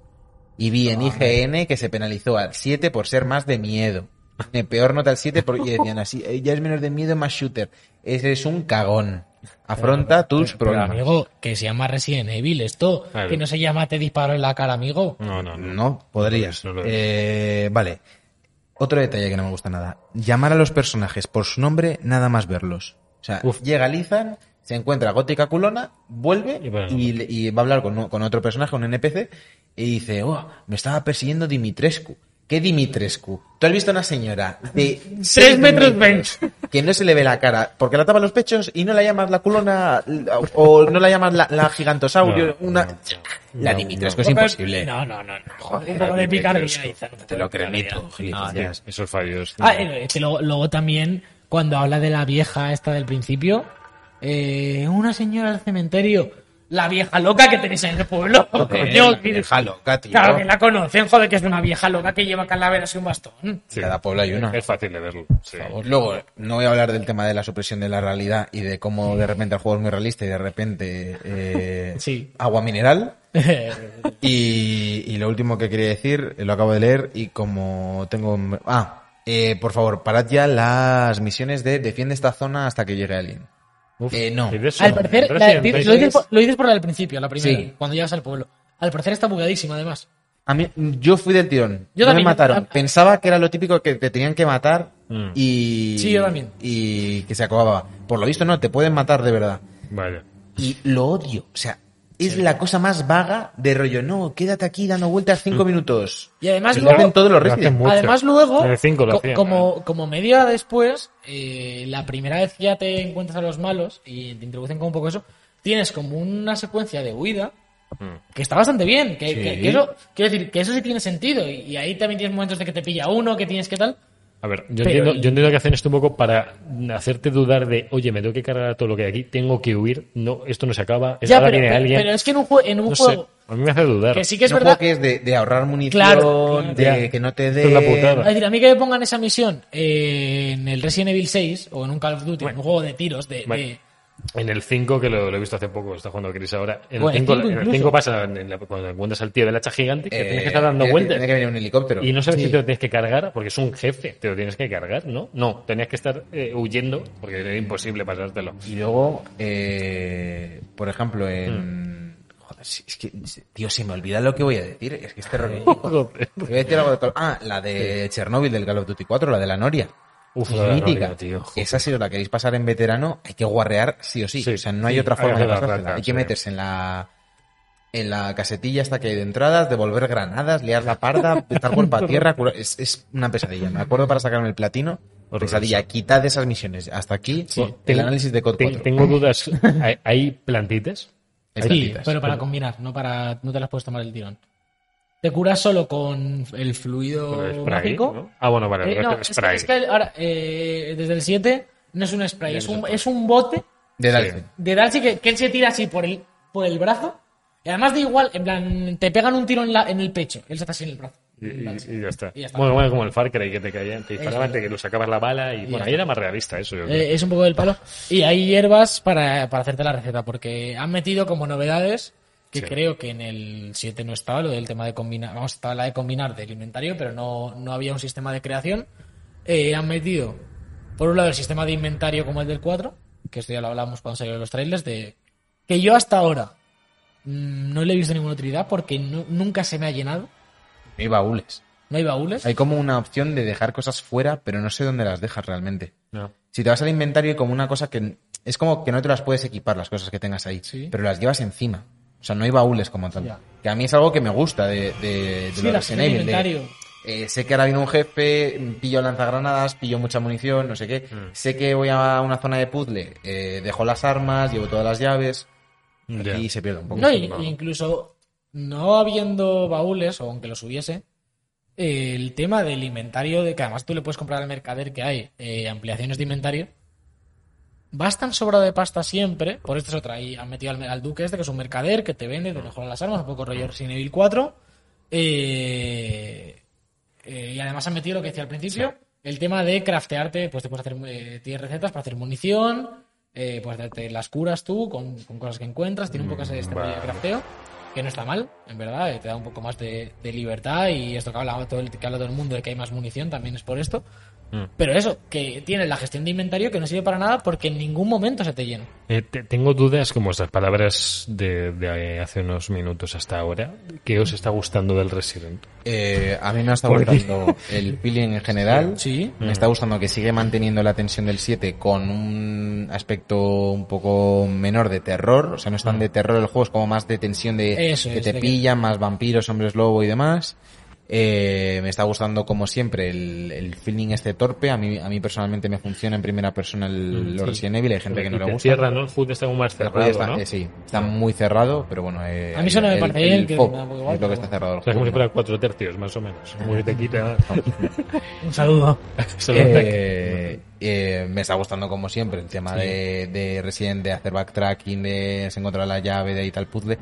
Speaker 2: Y vi en IGN que se penalizó al 7 por ser más de miedo. De peor nota al 7 porque decían así, "Eh, ya es menos de miedo, más shooter. Ese es un cagón. Afronta tus
Speaker 3: Pero,
Speaker 2: problemas.
Speaker 3: amigo, que se llama Resident Evil esto,
Speaker 1: Claro.
Speaker 3: que no se llama te disparo en la cara, amigo.
Speaker 1: No, no, no.
Speaker 2: No, podrías.
Speaker 1: No lo es.
Speaker 2: Eh, vale. Otro detalle que no me gusta nada. Llamar a los personajes por su nombre nada más verlos. O sea,
Speaker 1: Uf.
Speaker 2: llega Lizan, se encuentra Gótica Culona, vuelve
Speaker 1: Y bueno.
Speaker 2: y, le- y va a hablar con, con otro personaje, un NPC, y dice, oh, me estaba persiguiendo Dimitrescu. ¿Qué Dimitrescu? ¿Tú has visto a una señora de seis
Speaker 3: metros veinte.
Speaker 2: que no se le ve la cara porque la tapa los pechos y no la llamas la culona o no la llamas la, la gigantosaurio?
Speaker 1: No,
Speaker 2: una...
Speaker 1: no, no.
Speaker 2: la
Speaker 1: No,
Speaker 2: Dimitrescu
Speaker 1: no.
Speaker 2: es imposible.
Speaker 3: No, no, no. no.
Speaker 2: Joder,
Speaker 3: un poco de
Speaker 2: David,
Speaker 3: picardía.
Speaker 2: Dios,
Speaker 3: Izan, un
Speaker 2: te
Speaker 3: poco de
Speaker 2: lo
Speaker 3: picardía.
Speaker 2: cremito,
Speaker 1: Ah,
Speaker 2: gilipollas.
Speaker 1: sí, esos fallos.
Speaker 3: Ah,
Speaker 1: No.
Speaker 3: eh, que luego, luego también, cuando habla de la vieja esta del principio, eh, una señora del cementerio, la vieja loca que tenéis en el pueblo.
Speaker 2: Joder,
Speaker 3: Coño,
Speaker 2: la vieja loca, tío.
Speaker 3: Claro que la conocen, joder, que es una vieja loca que lleva calaveras y un bastón.
Speaker 1: Sí.
Speaker 2: cada pueblo hay una.
Speaker 1: Es fácil de verlo. sí.
Speaker 2: Luego, no voy a hablar del tema de la supresión de la realidad y de cómo de repente el juego es muy realista y de repente eh,
Speaker 3: Sí.
Speaker 2: agua mineral.
Speaker 3: Pero
Speaker 2: Y, y lo último que quería decir, eh, lo acabo de leer y como tengo... Ah, eh, por favor, parad ya las misiones de defiende esta zona hasta que llegue alguien.
Speaker 1: Uf,
Speaker 2: Eh, no.
Speaker 1: ¿y de eso?
Speaker 3: Al parecer, la-
Speaker 1: Resident
Speaker 3: di-
Speaker 1: Evil
Speaker 3: lo, dices
Speaker 1: 3.
Speaker 3: por, lo dices por la del principio, la primera,
Speaker 2: Sí.
Speaker 3: cuando llegas al pueblo. Al parecer está bugadísima, además.
Speaker 2: A mí, yo fui del tirón.
Speaker 3: Yo
Speaker 2: no
Speaker 3: también,
Speaker 2: me mataron.
Speaker 3: yo tam-
Speaker 2: Pensaba que era lo típico que te tenían que matar
Speaker 1: Mm.
Speaker 2: y.
Speaker 3: Sí, yo también.
Speaker 2: Y que se acababa. Por lo visto, no, te pueden matar de verdad.
Speaker 1: Vale.
Speaker 2: Y lo odio. O sea, es la cosa más vaga de rollo. No, quédate aquí dando vueltas cinco
Speaker 1: Mm.
Speaker 2: minutos.
Speaker 3: Y además,
Speaker 2: Se lo
Speaker 3: luego-
Speaker 2: hacen todos los
Speaker 1: Lo hacen
Speaker 2: Resident.
Speaker 1: mucho.
Speaker 3: Además, luego,
Speaker 1: En el cinco lo
Speaker 3: co-
Speaker 1: hacían,
Speaker 3: como, como media hora después, eh, la primera vez que ya te encuentras a los malos y te introducen con un poco eso, tienes como una secuencia de huida
Speaker 1: Mm.
Speaker 3: que está bastante bien. Que,
Speaker 2: Sí.
Speaker 3: que- que eso, quiero decir, que eso sí tiene sentido. Y, y ahí también tienes momentos de que te pilla uno, que tienes que tal.
Speaker 1: A ver, yo
Speaker 3: Pero-
Speaker 1: entiendo, yo entiendo que hacen esto un poco para hacerte dudar de, oye, me tengo que cargar a todo lo que hay aquí, tengo que huir, no, esto no se acaba, es
Speaker 3: Ya,
Speaker 1: ahora
Speaker 3: pero,
Speaker 1: viene
Speaker 3: pero-
Speaker 1: alguien.
Speaker 3: pero es que en un, jue- en un
Speaker 1: no sé,
Speaker 3: juego
Speaker 1: a mí me hace dudar.
Speaker 3: que sí que es
Speaker 2: Un
Speaker 3: verdad.
Speaker 2: juego que es de, de ahorrar munición,
Speaker 3: Claro, claro.
Speaker 2: de
Speaker 1: Ya.
Speaker 2: que no te eh,
Speaker 1: Esto es la
Speaker 2: dé.
Speaker 1: putada.
Speaker 3: Es decir, a mí que me pongan esa misión eh, en el Resident Evil 6 o en un Call of Duty, en un juego de tiros, de,
Speaker 1: Vale.
Speaker 3: de-
Speaker 1: En el 5, que lo, lo he visto hace poco, está jugando Chris ahora. En
Speaker 3: Bueno, el
Speaker 1: el 5
Speaker 3: cinco
Speaker 1: en el
Speaker 3: incluso.
Speaker 1: cinco pasa en la- cuando encuentras al tío del hacha gigante, que
Speaker 2: eh,
Speaker 1: tienes que estar dando
Speaker 2: tiene-
Speaker 1: vueltas.
Speaker 2: Tiene que venir un helicóptero.
Speaker 1: Y no sabes si te lo tienes que cargar, porque es un jefe, te lo tienes que cargar, ¿no? No, tenías que estar eh, huyendo, porque era imposible pasártelo.
Speaker 2: Y luego, eh, por ejemplo,
Speaker 1: Mm.
Speaker 2: en. Joder, si- es que, si- tío, se me olvida lo que voy a decir. Es que este es terrorífico.
Speaker 1: Joder.
Speaker 2: Voy a decir algo de Call- Ah, la de Chernobyl del Call of Duty 4, la de la Noria.
Speaker 1: Uf,
Speaker 2: Es
Speaker 1: la de la
Speaker 2: mítica.
Speaker 1: Noria, tío.
Speaker 2: Esa, si os la queréis pasar en veterano, hay que guarrear sí o sí.
Speaker 1: Sí,
Speaker 2: o sea, no hay
Speaker 1: sí,
Speaker 2: otra
Speaker 1: hay
Speaker 2: forma
Speaker 1: que
Speaker 2: de
Speaker 1: hacer la
Speaker 2: pasarla.
Speaker 1: rata,
Speaker 2: hay que
Speaker 1: sí.
Speaker 2: meterse en la. En la casetilla hasta que hay de entradas, devolver granadas, liar la parda, estar cuerpo a tierra. cura- Es, es una pesadilla. Me acuerdo para sacarme el platino.
Speaker 1: Horroroso.
Speaker 2: Pesadilla. Quitad esas misiones. Hasta aquí
Speaker 1: Bueno,
Speaker 2: el análisis de COD
Speaker 1: te-
Speaker 2: 4.
Speaker 1: Tengo dudas. ¿Hay, hay plantitas?
Speaker 2: Hay
Speaker 3: Sí,
Speaker 2: plantitas.
Speaker 3: pero para combinar, no para no te las puedes tomar el tirón. Te curas solo con el
Speaker 1: Pero es
Speaker 3: fluido
Speaker 1: por ahí,
Speaker 3: mágico.
Speaker 1: ¿no? Ah, bueno, vale.
Speaker 3: Eh,
Speaker 1: pero
Speaker 3: no,
Speaker 1: es
Speaker 3: es,
Speaker 1: por
Speaker 3: que-
Speaker 1: ahí.
Speaker 3: es que ahora, eh, desde el 7 no es un spray,
Speaker 1: Ya
Speaker 3: es
Speaker 1: no se
Speaker 3: un,
Speaker 1: puede.
Speaker 3: es un bote
Speaker 2: De Dalton.
Speaker 1: Sí.
Speaker 3: de Darcy que, que él se tira así por el, por el brazo. Y además de igual, en plan, te pegan un tiro en, la- en el pecho. Él se está así en el brazo.
Speaker 1: Y, y- y ya está.
Speaker 3: Y ya está.
Speaker 1: Bueno, bueno, como el Far Cry que te caían, te disparaban,
Speaker 3: Eso.
Speaker 1: te que lo sacabas la bala y, bueno, ahí era más realista eso. Yo creo.
Speaker 3: Eh, es un poco del palo. Y hay hierbas para, para hacerte la receta, porque han metido como novedades que
Speaker 1: Sí.
Speaker 3: creo que en el 7 no estaba lo del tema de combinar, vamos, estaba la de combinar del inventario, pero no, no había un sistema de creación. Eh, han metido, por un lado, el sistema de inventario como el del 4, que esto ya lo hablamos cuando salieron los trailers, de que yo hasta ahora mm, no le he visto ninguna utilidad porque nu- nunca se me ha llenado,
Speaker 2: Hay baúles.
Speaker 3: no hay baúles.
Speaker 2: Hay como una opción de dejar cosas fuera, pero no sé dónde las dejas realmente.
Speaker 1: No.
Speaker 2: Si te vas al inventario hay como una cosa que es como que no te las puedes equipar las cosas que tengas ahí,
Speaker 3: Sí.
Speaker 2: pero las llevas encima. O sea, no hay baúles como tal.
Speaker 3: Ya.
Speaker 2: Que a mí es algo que me gusta de, de, de
Speaker 3: Sí,
Speaker 2: los Resident
Speaker 3: la gestión de
Speaker 2: Evil, de,
Speaker 3: inventario.
Speaker 2: eh, sé que ahora viene un jefe, pillo lanzagranadas, pillo mucha munición, no sé qué.
Speaker 1: Mm.
Speaker 2: Sé que voy a una zona de puzzle, eh, dejo las armas, llevo todas las llaves
Speaker 1: Ya.
Speaker 2: y se pierde un poco.
Speaker 3: No, y-
Speaker 1: No.
Speaker 3: incluso no habiendo baúles, o aunque los hubiese, el tema del inventario, de que además tú le puedes comprar al mercader que hay eh, ampliaciones de inventario, vas tan sobrado de pasta siempre, por esto es otra, y han metido al, al duque este, que es un mercader que te vende, te mejora las armas, un poco rollo Resident Evil 4, eh, eh, y además han metido lo que decía al principio, el tema de craftearte, pues te puedes hacer, eh, tienes recetas para hacer munición, eh, puedes darte las curas tú con, con cosas que encuentras, tiene un poco ese este rollo de
Speaker 1: Mm, vale.
Speaker 3: crafteo, que no está mal, en verdad, eh, te da un poco más de, de libertad y esto que habla, todo el, que habla todo el mundo de que hay más munición también es por esto.
Speaker 1: Mm.
Speaker 3: Pero eso, que tiene la gestión de inventario que no sirve para nada porque en ningún momento se te llena.
Speaker 1: Eh, te- tengo dudas con vuestras palabras de, de hace unos minutos hasta ahora. ¿Qué os está gustando del Resident?
Speaker 2: Eh, a mí me está
Speaker 1: ¿Por qué?
Speaker 2: gustando el peeling en general.
Speaker 3: Sí.
Speaker 2: Me está gustando que sigue manteniendo la tensión del 7 con un aspecto un poco menor de terror. O sea, no es tan de terror el juego, es como más de tensión de
Speaker 3: Mm. Eso
Speaker 2: que
Speaker 3: es,
Speaker 2: te
Speaker 3: de que-
Speaker 2: pillan, más vampiros, hombres lobo y demás. Eh, me está gustando como siempre el, el feeling este torpe. A mí, a mí personalmente me funciona en primera persona el,
Speaker 3: Mm,
Speaker 2: los Resident Evil. Hay gente que no
Speaker 1: Y
Speaker 2: le
Speaker 1: te
Speaker 2: gusta.
Speaker 1: Cierra, ¿no? El HUD está como más
Speaker 2: El
Speaker 1: cerrado,
Speaker 2: juego está,
Speaker 1: ¿no?
Speaker 2: eh, sí, está muy cerrado, pero bueno. eh,
Speaker 3: A mí eso no me parece bien, que
Speaker 2: foco
Speaker 3: me da un poco igual,
Speaker 2: es lo que
Speaker 3: pero
Speaker 2: está cerrado. el
Speaker 1: O sea, como si
Speaker 2: juego,
Speaker 1: fuera cuatro tercios, más o menos. Muy te quita.
Speaker 3: Un saludo.
Speaker 1: solo un ataque.
Speaker 2: Eh, eh, me está gustando como siempre el tema de, de Resident, de hacer backtracking, de se encontrar la llave, de ahí tal puzzle.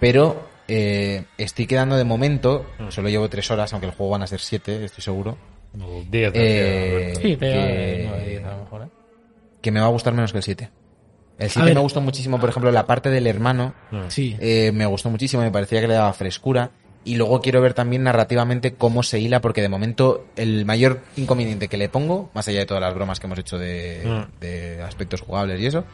Speaker 2: Pero eh, estoy quedando de momento, solo llevo tres horas, aunque el juego van a ser siete, estoy seguro,
Speaker 1: O diez,
Speaker 2: eh,
Speaker 1: Alberto.
Speaker 3: Sí, pero
Speaker 2: Que-
Speaker 3: no, diez a lo mejor, ¿eh?
Speaker 2: que me va a gustar menos que el siete. El siete
Speaker 3: ver.
Speaker 2: me gustó muchísimo, por ejemplo, la parte del hermano,
Speaker 1: Ah.
Speaker 3: Sí.
Speaker 2: eh, me gustó muchísimo, me parecía que le daba frescura. Y luego quiero ver también narrativamente cómo se hila, porque de momento el mayor inconveniente que le pongo, más allá de todas las bromas que hemos hecho de,
Speaker 1: Mm.
Speaker 2: de aspectos jugables y eso,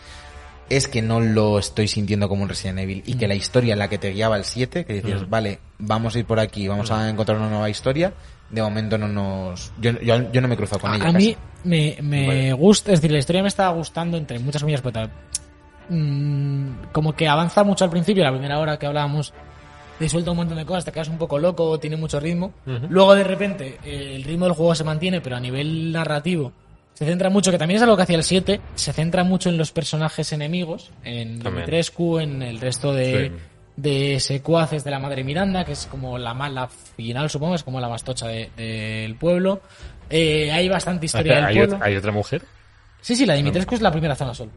Speaker 2: es que no lo estoy sintiendo como un Resident Evil y
Speaker 3: Mm.
Speaker 2: que la historia en la que te guiaba el 7, que decías, vale, vamos a ir por aquí, vamos
Speaker 3: Mm.
Speaker 2: a encontrar una nueva historia, de momento no nos... Yo, yo, yo no me he cruzado con
Speaker 3: a,
Speaker 2: ella.
Speaker 3: a
Speaker 2: casi.
Speaker 3: mí me, me
Speaker 1: Vale.
Speaker 3: gusta, es decir, la historia me estaba gustando entre muchas comillas, pero tal- mm, como que avanza mucho al principio, la primera hora que hablábamos, te suelta un montón de cosas, te quedas un poco loco, tiene mucho ritmo.
Speaker 1: Ujú.
Speaker 3: Luego de repente eh, el ritmo del juego se mantiene, pero a nivel narrativo se centra mucho, que también es algo que hacía el 7, se centra mucho en los personajes enemigos, en
Speaker 1: También.
Speaker 3: Dimitrescu, en el resto de,
Speaker 1: Sí.
Speaker 3: de secuaces de la madre Miranda, que es como la mala final, supongo, es como la bastocha del pueblo. Eh, hay bastante historia del
Speaker 1: ¿Hay,
Speaker 3: pueblo.
Speaker 1: ot- hay otra mujer?
Speaker 3: Sí, sí, la Dimitrescu es la primera zona sol.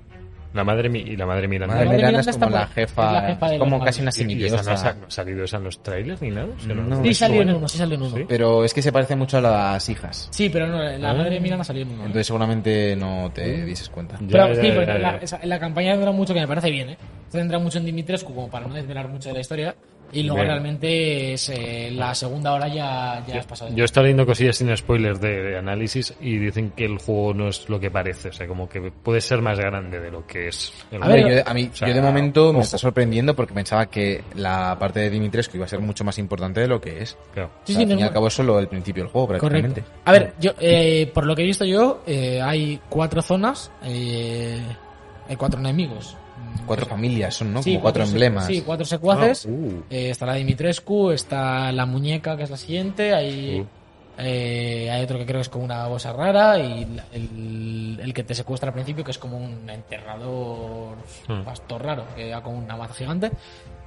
Speaker 1: La madre mi- y la madre Miranda.
Speaker 2: Madre
Speaker 3: Miranda
Speaker 2: Miranda es
Speaker 3: está
Speaker 2: como la
Speaker 3: por-
Speaker 2: jefa,
Speaker 3: es la jefa
Speaker 2: es
Speaker 3: de
Speaker 2: como
Speaker 3: los
Speaker 2: casi una
Speaker 1: ¿Y- y esa no ha sa-
Speaker 2: semidiosa.
Speaker 1: no ha salido esa en los trailers ni nada? ¿Se
Speaker 2: No.
Speaker 3: Sí,
Speaker 2: Pues
Speaker 3: salió en
Speaker 1: suena.
Speaker 3: uno, sí salió en uno.
Speaker 1: ¿Sí?
Speaker 3: ¿Sí?
Speaker 2: Pero es que se parece mucho a las hijas.
Speaker 3: pero no, la
Speaker 1: Ah.
Speaker 3: madre Miranda salió en uno. ¿eh?
Speaker 2: Entonces seguramente no te
Speaker 3: Mm.
Speaker 2: dices cuenta.
Speaker 1: Ya,
Speaker 3: Pero,
Speaker 1: ya,
Speaker 3: sí,
Speaker 1: ya,
Speaker 3: pero
Speaker 1: ya,
Speaker 3: La,
Speaker 1: ya.
Speaker 3: esa- la campaña dura mucho, que me parece bien, ¿eh? Se centra mucho en Dimitrescu, como para no desvelar mucho de la historia. Y luego
Speaker 1: Bien.
Speaker 3: realmente es, eh, la segunda hora ya, ya has pasado.
Speaker 1: Yo he estado leyendo cosillas sin spoilers de, de análisis y dicen que el juego no es lo que parece. O sea, como que puede ser más grande de lo que es. El
Speaker 3: A ver,
Speaker 1: juego.
Speaker 2: Hombre, yo, a mí,
Speaker 1: o sea,
Speaker 2: yo de momento me
Speaker 1: ojo.
Speaker 2: está sorprendiendo porque pensaba que la parte de Dimitrescu iba a ser mucho más importante de lo que es.
Speaker 1: Claro.
Speaker 3: Sí,
Speaker 2: O sea,
Speaker 3: sí,
Speaker 2: al fin y
Speaker 3: no-
Speaker 2: al cabo es solo el principio del juego, prácticamente.
Speaker 3: Correcto. A ver, yo, eh, por lo que he visto yo, eh, hay cuatro zonas, eh, hay cuatro enemigos. Mm,
Speaker 2: Cuatro
Speaker 3: pues,
Speaker 2: familias son, ¿no?
Speaker 3: sí,
Speaker 2: Como cuatro,
Speaker 3: se-
Speaker 2: emblemas.
Speaker 3: Sí, cuatro secuaces.
Speaker 1: Ah, uh.
Speaker 3: Eh, está la Dimitrescu, está la muñeca, que es la siguiente, hay,
Speaker 1: Uh.
Speaker 3: eh, hay otro que creo que es como una bolsa rara, y la- el, el que te secuestra al principio, que es como un enterrador
Speaker 1: Mm.
Speaker 3: pastor raro, que va con una maza gigante.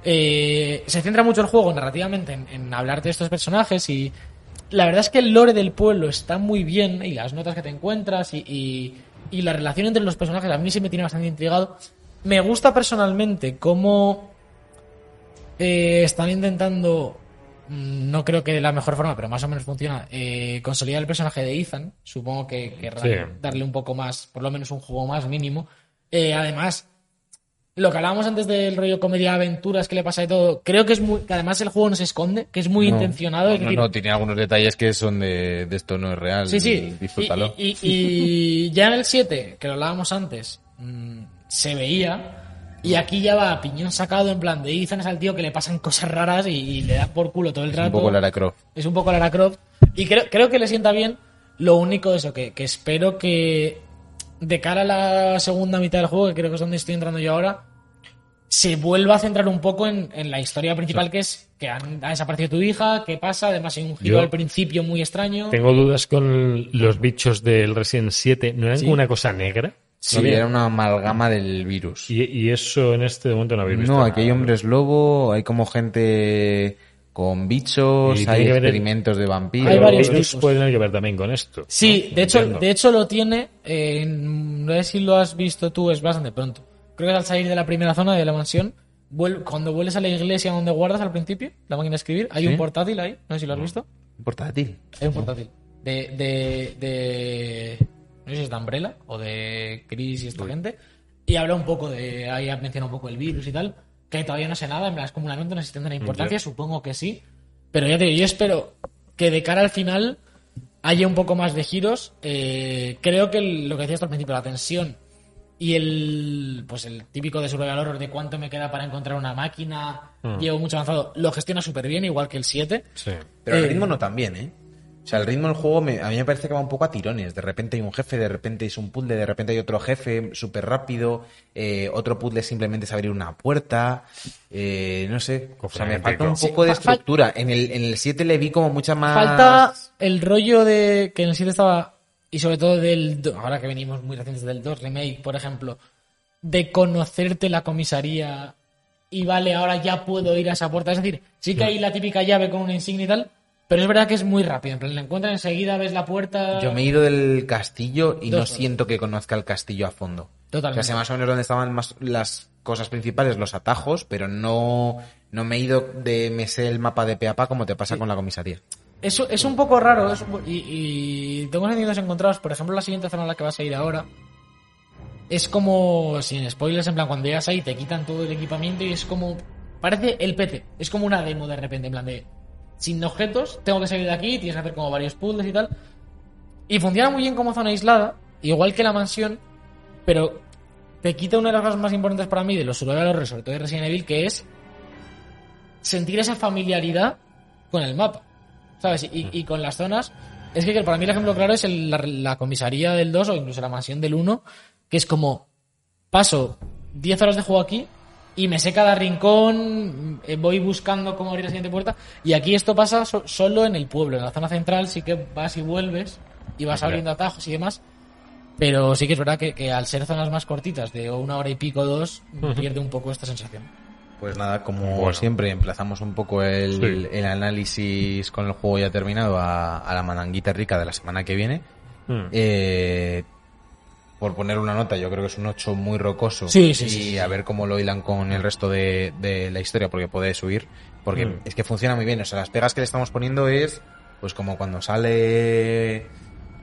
Speaker 3: Eh, se centra mucho el juego narrativamente en, en hablarte de estos personajes y la verdad es que el lore del pueblo está muy bien y las notas que te encuentras y, y- y la relación entre los personajes a mí sí me tiene bastante intrigado. Me gusta personalmente cómo eh, están intentando, mm, no creo que de la mejor forma, pero más o menos funciona, eh, consolidar el personaje de Ethan. Supongo que querrán
Speaker 1: Sí.
Speaker 3: darle un poco más, por lo menos un juego más mínimo. Eh, además, Lo que hablábamos antes del rollo comedia aventuras que le pasa de todo, creo que es muy. Que además el juego no se esconde, que es muy
Speaker 2: No.
Speaker 3: intencionado. es
Speaker 2: No,
Speaker 3: decir,
Speaker 2: no, tiene algunos detalles que son de, de esto no es real.
Speaker 3: Sí, sí.
Speaker 2: Mm, Disfrútalo.
Speaker 3: Y, y- y- y ya en el 7, que lo hablábamos antes, mm, se veía. Y aquí ya va a piñón sacado en plan de Ethan es al tío que le pasan cosas raras y, y le da por culo todo el rato.
Speaker 2: un poco Lara Croft.
Speaker 3: Es un poco Lara Croft. Y creo, creo que le sienta bien. Lo único eso, que, que espero que de cara a la segunda mitad del juego, que creo que es donde estoy entrando yo ahora, se vuelva a centrar un poco en, en la historia principal, que es que han- ha desaparecido tu hija, qué pasa, además hay un giro
Speaker 1: Yo-
Speaker 3: al principio muy extraño.
Speaker 1: Tengo dudas con los bichos del Resident 7. ¿No eran como una cosa negra?
Speaker 2: Sí,
Speaker 1: No había-
Speaker 2: era una amalgama del virus.
Speaker 1: y, y eso en este momento no habéis visto.
Speaker 2: No, aquí hay
Speaker 1: nada.
Speaker 2: hombres lobo, hay como gente con
Speaker 1: Y
Speaker 2: bichos,
Speaker 1: tiene
Speaker 2: hay
Speaker 1: que ver el-
Speaker 2: experimentos de vampiros.
Speaker 3: Hay
Speaker 1: Pero
Speaker 3: varios
Speaker 1: ellos
Speaker 3: tipos.
Speaker 1: pueden tener que ver también con esto.
Speaker 3: Sí,
Speaker 1: ¿no?
Speaker 3: de, hecho,
Speaker 1: Entiendo.
Speaker 3: de hecho lo tiene. eh, no sé si lo has visto tú, es bastante pronto. Creo que es al salir de la primera zona de la mansión. vuel- cuando vuelves a la iglesia donde guardas al principio, la máquina de escribir, hay
Speaker 2: Sí.
Speaker 3: un portátil ahí. No sé si lo has visto.
Speaker 2: Portátil.
Speaker 3: Hay un portátil. De, de, de. No sé si es de Umbrella o de Chris y esta gente. Y habla un poco de. Ahí menciona un poco el virus y tal. Que todavía no sé nada. En plan, es como una mente, no sé si tendrá importancia. Supongo que sí. Pero ya te digo, yo espero que de cara al final haya un poco más de giros. Eh, creo que el- lo que decías tú al principio, la tensión y el pues el típico de survival horror de cuánto me queda para encontrar una máquina,
Speaker 1: Mm.
Speaker 3: llevo mucho avanzado, lo gestiona súper bien, igual que el 7.
Speaker 1: Sí.
Speaker 2: Pero el
Speaker 3: Eh,
Speaker 2: ritmo no tan bien, ¿eh? O sea, el ritmo del juego me- a mí me parece que va un poco a tirones. De repente hay un jefe, de repente es un puzzle, de repente hay otro jefe súper rápido, eh, otro puzzle simplemente es abrir una puerta, eh, no sé. O sea, me falta un
Speaker 1: Sí,
Speaker 2: poco de
Speaker 3: fa- fal-
Speaker 2: estructura. En el, en el 7 le vi como mucha más...
Speaker 3: Falta el rollo de que en el 7 estaba, y sobre todo del do- ahora que venimos muy recientes del 2 remake, por ejemplo, de conocerte la comisaría y vale, ahora ya puedo ir a esa puerta. Es decir, sí que hay la típica llave con una insignia y tal, pero es verdad que es muy rápido. En plan, la encuentras enseguida, ves la puerta.
Speaker 2: Yo me he ido del castillo y
Speaker 3: Dos
Speaker 2: no
Speaker 3: horas.
Speaker 2: siento que conozca el castillo a fondo.
Speaker 3: Totalmente.
Speaker 2: O sea, sé más o menos dónde estaban más las cosas principales, los atajos, pero no, no me he ido de me sé el mapa de Peapa como te pasa con la comisaría.
Speaker 3: Es, es un poco raro es un po- y, y tengo sentimientos encontrados. Por ejemplo, la siguiente zona a la que vas a ir ahora es como, sin spoilers, en plan, cuando llegas ahí te quitan todo el equipamiento y es como, parece el PT, es como una demo de repente, en plan de, sin objetos, tengo que salir de aquí, tienes que hacer como varios puzzles y tal. Y funciona muy bien como zona aislada, igual que la mansión, pero te quita una de las cosas más importantes para mí de los survival horror, sobre todo de Resident Evil, que es sentir esa familiaridad con el mapa, ¿sabes? Y, y con las zonas. Es que para mí el ejemplo claro es el- la, la comisaría del 2 o incluso la mansión del 1, que es como, paso 10 horas de juego aquí y me sé cada rincón, eh, voy buscando cómo abrir la siguiente puerta, y aquí esto pasa so- solo en el pueblo, en la zona central sí que vas y vuelves y vas
Speaker 1: Hombre.
Speaker 3: abriendo atajos y demás. Pero sí que es verdad que, que al ser zonas más cortitas, de una hora y pico, dos, pierde un poco esta sensación.
Speaker 2: Pues nada, como
Speaker 1: Bueno.
Speaker 2: siempre, emplazamos un poco el,
Speaker 1: Sí.
Speaker 2: el análisis con el juego ya terminado a, a la mananguita rica de la semana que viene.
Speaker 1: Mm.
Speaker 2: Eh, por poner una nota, yo creo que es un 8 muy rocoso.
Speaker 3: Sí, sí,
Speaker 2: y
Speaker 3: sí, sí,
Speaker 2: a ver cómo lo hilan con el resto de, de la historia, porque puede subir. Porque
Speaker 1: Mm.
Speaker 2: es que funciona muy bien. O sea, las pegas que le estamos poniendo es, pues como cuando sale,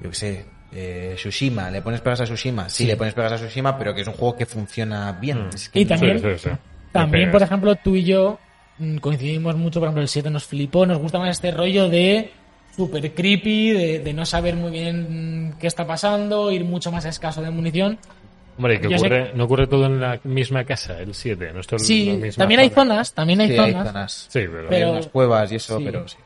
Speaker 2: yo qué sé, eh, Tsushima. Le pones pegas a Tsushima. Sí, le pones pegas a Tsushima, pero que es un juego que funciona bien.
Speaker 1: Mm.
Speaker 2: Es que
Speaker 3: Y también,
Speaker 1: Sí, sí, sí.
Speaker 3: también
Speaker 1: Pero-
Speaker 3: por ejemplo, tú y yo mm, coincidimos mucho, por ejemplo, el 7 nos flipó, nos gusta más este rollo de super creepy, de, de no saber muy bien mm, qué está pasando, ir mucho más escaso de munición.
Speaker 1: Hombre, que
Speaker 3: Yo sé
Speaker 1: ocurre, no ocurre todo en la misma casa, el 7. No es todo la
Speaker 3: Sí,
Speaker 1: misma
Speaker 3: también hay
Speaker 1: zona.
Speaker 3: zonas, también hay
Speaker 2: sí, hay
Speaker 3: zonas,
Speaker 2: zonas.
Speaker 1: Sí, pero,
Speaker 3: Pero-
Speaker 2: Hay unas cuevas y eso,
Speaker 3: sí.
Speaker 2: pero sí.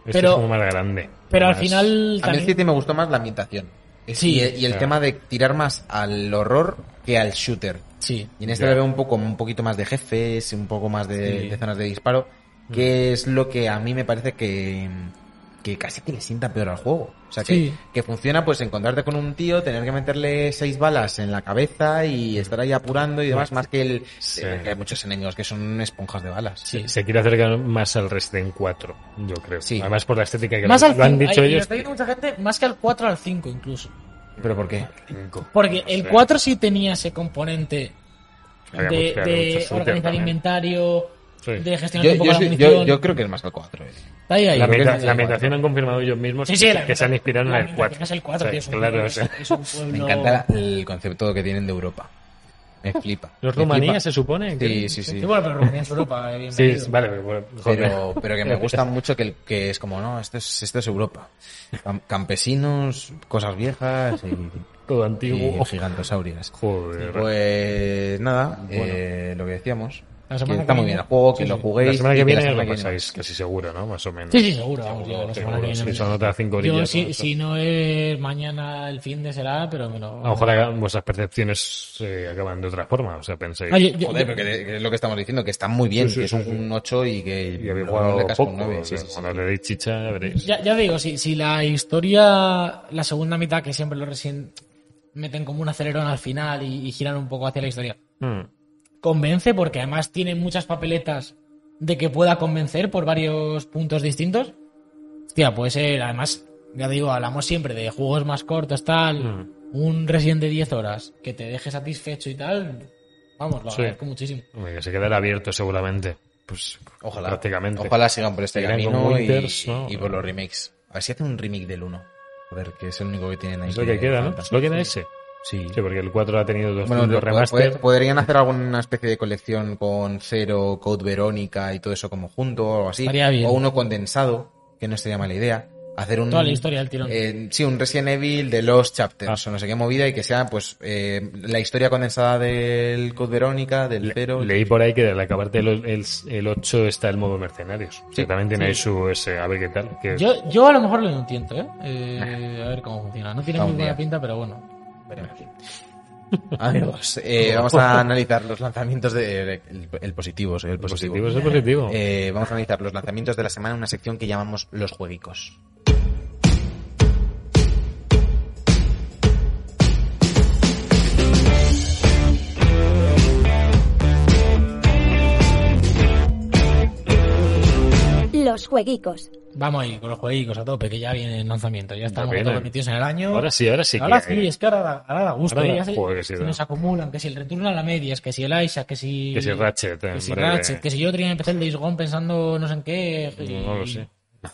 Speaker 1: este
Speaker 3: pero-
Speaker 1: es como más grande.
Speaker 3: pero al
Speaker 1: Más-
Speaker 3: final...
Speaker 2: A mí el
Speaker 3: también-
Speaker 2: 7 me gustó más la ambientación. Es-
Speaker 3: Sí,
Speaker 2: y, el- y el
Speaker 1: claro.
Speaker 2: tema de tirar más al horror que al shooter.
Speaker 3: Sí.
Speaker 2: Y en este
Speaker 1: Ya.
Speaker 2: le veo un poco, un poquito más de jefes, un poco más de,
Speaker 1: Sí.
Speaker 2: de zonas de disparo, que es lo que a mí me parece que, que casi que le sienta peor al juego. O sea, que,
Speaker 3: Sí.
Speaker 2: que funciona pues encontrarte con un tío, tener que meterle seis balas en la cabeza y estar ahí apurando y demás, más que el...
Speaker 1: Sí.
Speaker 2: eh, que hay muchos enemigos que son esponjas de balas.
Speaker 3: Sí.
Speaker 1: Se quiere acercar más al Resident 4, yo creo.
Speaker 2: Sí.
Speaker 1: Además, por la estética que
Speaker 3: Más
Speaker 1: lo,
Speaker 3: al
Speaker 1: lo han
Speaker 3: 5,
Speaker 1: dicho
Speaker 3: hay- y lo
Speaker 1: ellos.
Speaker 3: está diciendo mucha gente, más que al 4 al 5 incluso.
Speaker 2: ¿Pero por qué?
Speaker 1: Cinco.
Speaker 3: Porque el
Speaker 1: Sí.
Speaker 3: 4 sí tenía ese componente
Speaker 1: Había
Speaker 3: de,
Speaker 1: mucho-
Speaker 3: de
Speaker 1: mucho shooter
Speaker 3: organizar
Speaker 1: también.
Speaker 3: inventario,
Speaker 1: Sí.
Speaker 3: de gestionar
Speaker 2: Yo,
Speaker 3: un poco
Speaker 2: yo
Speaker 3: la
Speaker 2: soy-
Speaker 3: munición.
Speaker 2: yo- yo creo que es más que el eh. 4.
Speaker 3: Está ahí, ahí.
Speaker 1: La,
Speaker 2: creo que
Speaker 1: meta-
Speaker 2: es
Speaker 1: la
Speaker 2: el
Speaker 1: ambientación han confirmado ellos mismos
Speaker 3: Sí, sí,
Speaker 1: que,
Speaker 3: la
Speaker 1: que se han inspirado en
Speaker 3: la
Speaker 1: el
Speaker 3: meta,
Speaker 1: 4.
Speaker 3: que Es el 4,
Speaker 1: O sea,
Speaker 3: tío, es un
Speaker 1: claro,
Speaker 3: pueblo-
Speaker 1: o sea,
Speaker 3: es un
Speaker 2: Me
Speaker 3: pueblo-
Speaker 2: encanta el concepto que tienen de Europa. Me flipa.
Speaker 1: Los
Speaker 2: Me
Speaker 1: rumaníes,
Speaker 2: flipa.
Speaker 1: se supone. que-
Speaker 2: Sí, sí, sí.
Speaker 3: Sí, bueno, pero Rumanía es Europa, eh,
Speaker 1: Sí,
Speaker 3: bienvenido.
Speaker 1: es- vale, bueno, joder.
Speaker 2: Pero, pero que me gusta mucho que, el- que es como, no, esto es, esto es Europa. Cam- Campesinos, cosas viejas y,
Speaker 1: Todo
Speaker 2: y
Speaker 1: antiguo.
Speaker 2: gigantosaurias.
Speaker 1: Joder.
Speaker 2: Pues nada, eh, lo que decíamos.
Speaker 3: La
Speaker 2: Que
Speaker 3: semana
Speaker 2: está
Speaker 3: que
Speaker 2: muy
Speaker 3: viene.
Speaker 2: bien el juego, que
Speaker 3: Sí,
Speaker 2: lo
Speaker 3: sí.
Speaker 2: juguéis.
Speaker 1: la semana
Speaker 2: y
Speaker 1: que viene
Speaker 2: la
Speaker 1: lo
Speaker 2: semana que viene
Speaker 1: pasáis casi seguro, ¿no? Más o menos.
Speaker 3: Sí, sí, seguro. vamos, yo la semana
Speaker 1: Seguro,
Speaker 3: que viene
Speaker 1: sí,
Speaker 3: me-
Speaker 1: son otras cinco
Speaker 3: Yo,
Speaker 1: orillas.
Speaker 3: si,
Speaker 1: ¿no?
Speaker 3: si no es mañana el fin de será, pero me lo.
Speaker 1: A lo mejor haga- vuestras percepciones se acaban de otra forma. O sea, penséis.
Speaker 3: Ah, yo- yo-
Speaker 2: Joder, pero que, que es lo que estamos diciendo, que está muy bien,
Speaker 1: Sí, sí,
Speaker 2: que es
Speaker 1: sí,
Speaker 2: un,
Speaker 1: sí.
Speaker 2: un 8 y que
Speaker 1: y habéis
Speaker 2: lo
Speaker 1: jugado
Speaker 2: eh, le casco
Speaker 1: poco.
Speaker 2: un 9,
Speaker 1: o
Speaker 2: sí,
Speaker 1: sea,
Speaker 2: sí, sí.
Speaker 1: Cuando le deis chicha, veréis.
Speaker 3: Ya, ya digo, si, si la historia, la segunda mitad, que siempre lo recién meten como un acelerón al final y, y giran un poco hacia la historia,
Speaker 1: Mm.
Speaker 3: convence porque además tiene muchas papeletas de que pueda convencer por varios puntos distintos. Hostia, puede ser, además, ya digo, hablamos siempre de juegos más cortos, tal,
Speaker 1: Mm.
Speaker 3: un Resident de 10 horas que te deje satisfecho y tal. Vamos, lo
Speaker 1: Sí.
Speaker 3: agradezco muchísimo.
Speaker 1: Hombre, que se quedará abierto seguramente. Pues
Speaker 2: Ojalá.
Speaker 1: prácticamente.
Speaker 2: Ojalá sigan por este
Speaker 1: Seguirán
Speaker 2: camino
Speaker 1: con
Speaker 2: y,
Speaker 1: Winters, ¿no?
Speaker 2: y por los remakes. A ver si hacen un remake del 1. A ver, que es el único que tienen ahí.
Speaker 1: Es lo que queda, ¿no?
Speaker 2: falta.
Speaker 1: Solo queda ese.
Speaker 2: Sí.
Speaker 1: Sí, porque el 4 ha tenido dos
Speaker 2: Bueno,
Speaker 1: dos
Speaker 2: lo-
Speaker 1: remaster.
Speaker 2: pod- podrían hacer alguna especie de colección con Cero, Code Verónica y todo eso como junto o algo así.
Speaker 3: Estaría bien.
Speaker 2: O uno condensado, que no sería mala idea. Hacer un,
Speaker 3: Toda la historia del tirón.
Speaker 2: eh, sí, un Resident Evil de los
Speaker 1: Ah.
Speaker 2: chapters o no sé qué movida y que sea pues eh, la historia condensada del Code Verónica, del Cero.
Speaker 1: Leí por ahí que al acabarte el, el, 8 está el modo mercenarios. O sea, también tiene ahí su ese, a ver qué tal. Que
Speaker 3: Yo, yo a lo mejor lo entiendo, ¿eh? Eh, a ver cómo funciona. No tiene
Speaker 2: Ah, un
Speaker 3: muy buena
Speaker 2: día.
Speaker 3: pinta, pero bueno.
Speaker 2: Amigos, eh, vamos a analizar los lanzamientos de el, el positivo, soy el
Speaker 1: el
Speaker 2: positivo.
Speaker 1: positivo es el positivo.
Speaker 2: Eh, vamos a analizar los lanzamientos de la semana en una sección que llamamos los jueguicos.
Speaker 6: Los jueguicos.
Speaker 3: Vamos ahí con los jueguitos a tope, que ya viene el lanzamiento. Ya estamos
Speaker 1: vienen.
Speaker 3: todos metidos en el año.
Speaker 1: ahora sí, ahora sí.
Speaker 3: Ahora
Speaker 1: que,
Speaker 3: sí, es que ahora da, ahora da gusto.
Speaker 1: ahora
Speaker 3: ¿eh?
Speaker 1: da-
Speaker 3: Ya se-
Speaker 1: joder, que sí
Speaker 3: se
Speaker 1: da.
Speaker 3: nos acumulan, que si el retorno a la media, es que si el Isaac, que si...
Speaker 1: que si Ratchet. eh, en
Speaker 3: que si
Speaker 1: breve.
Speaker 3: Ratchet, que si yo tenía que empezar el Days Gone pensando no sé en qué... y-
Speaker 1: No lo sé.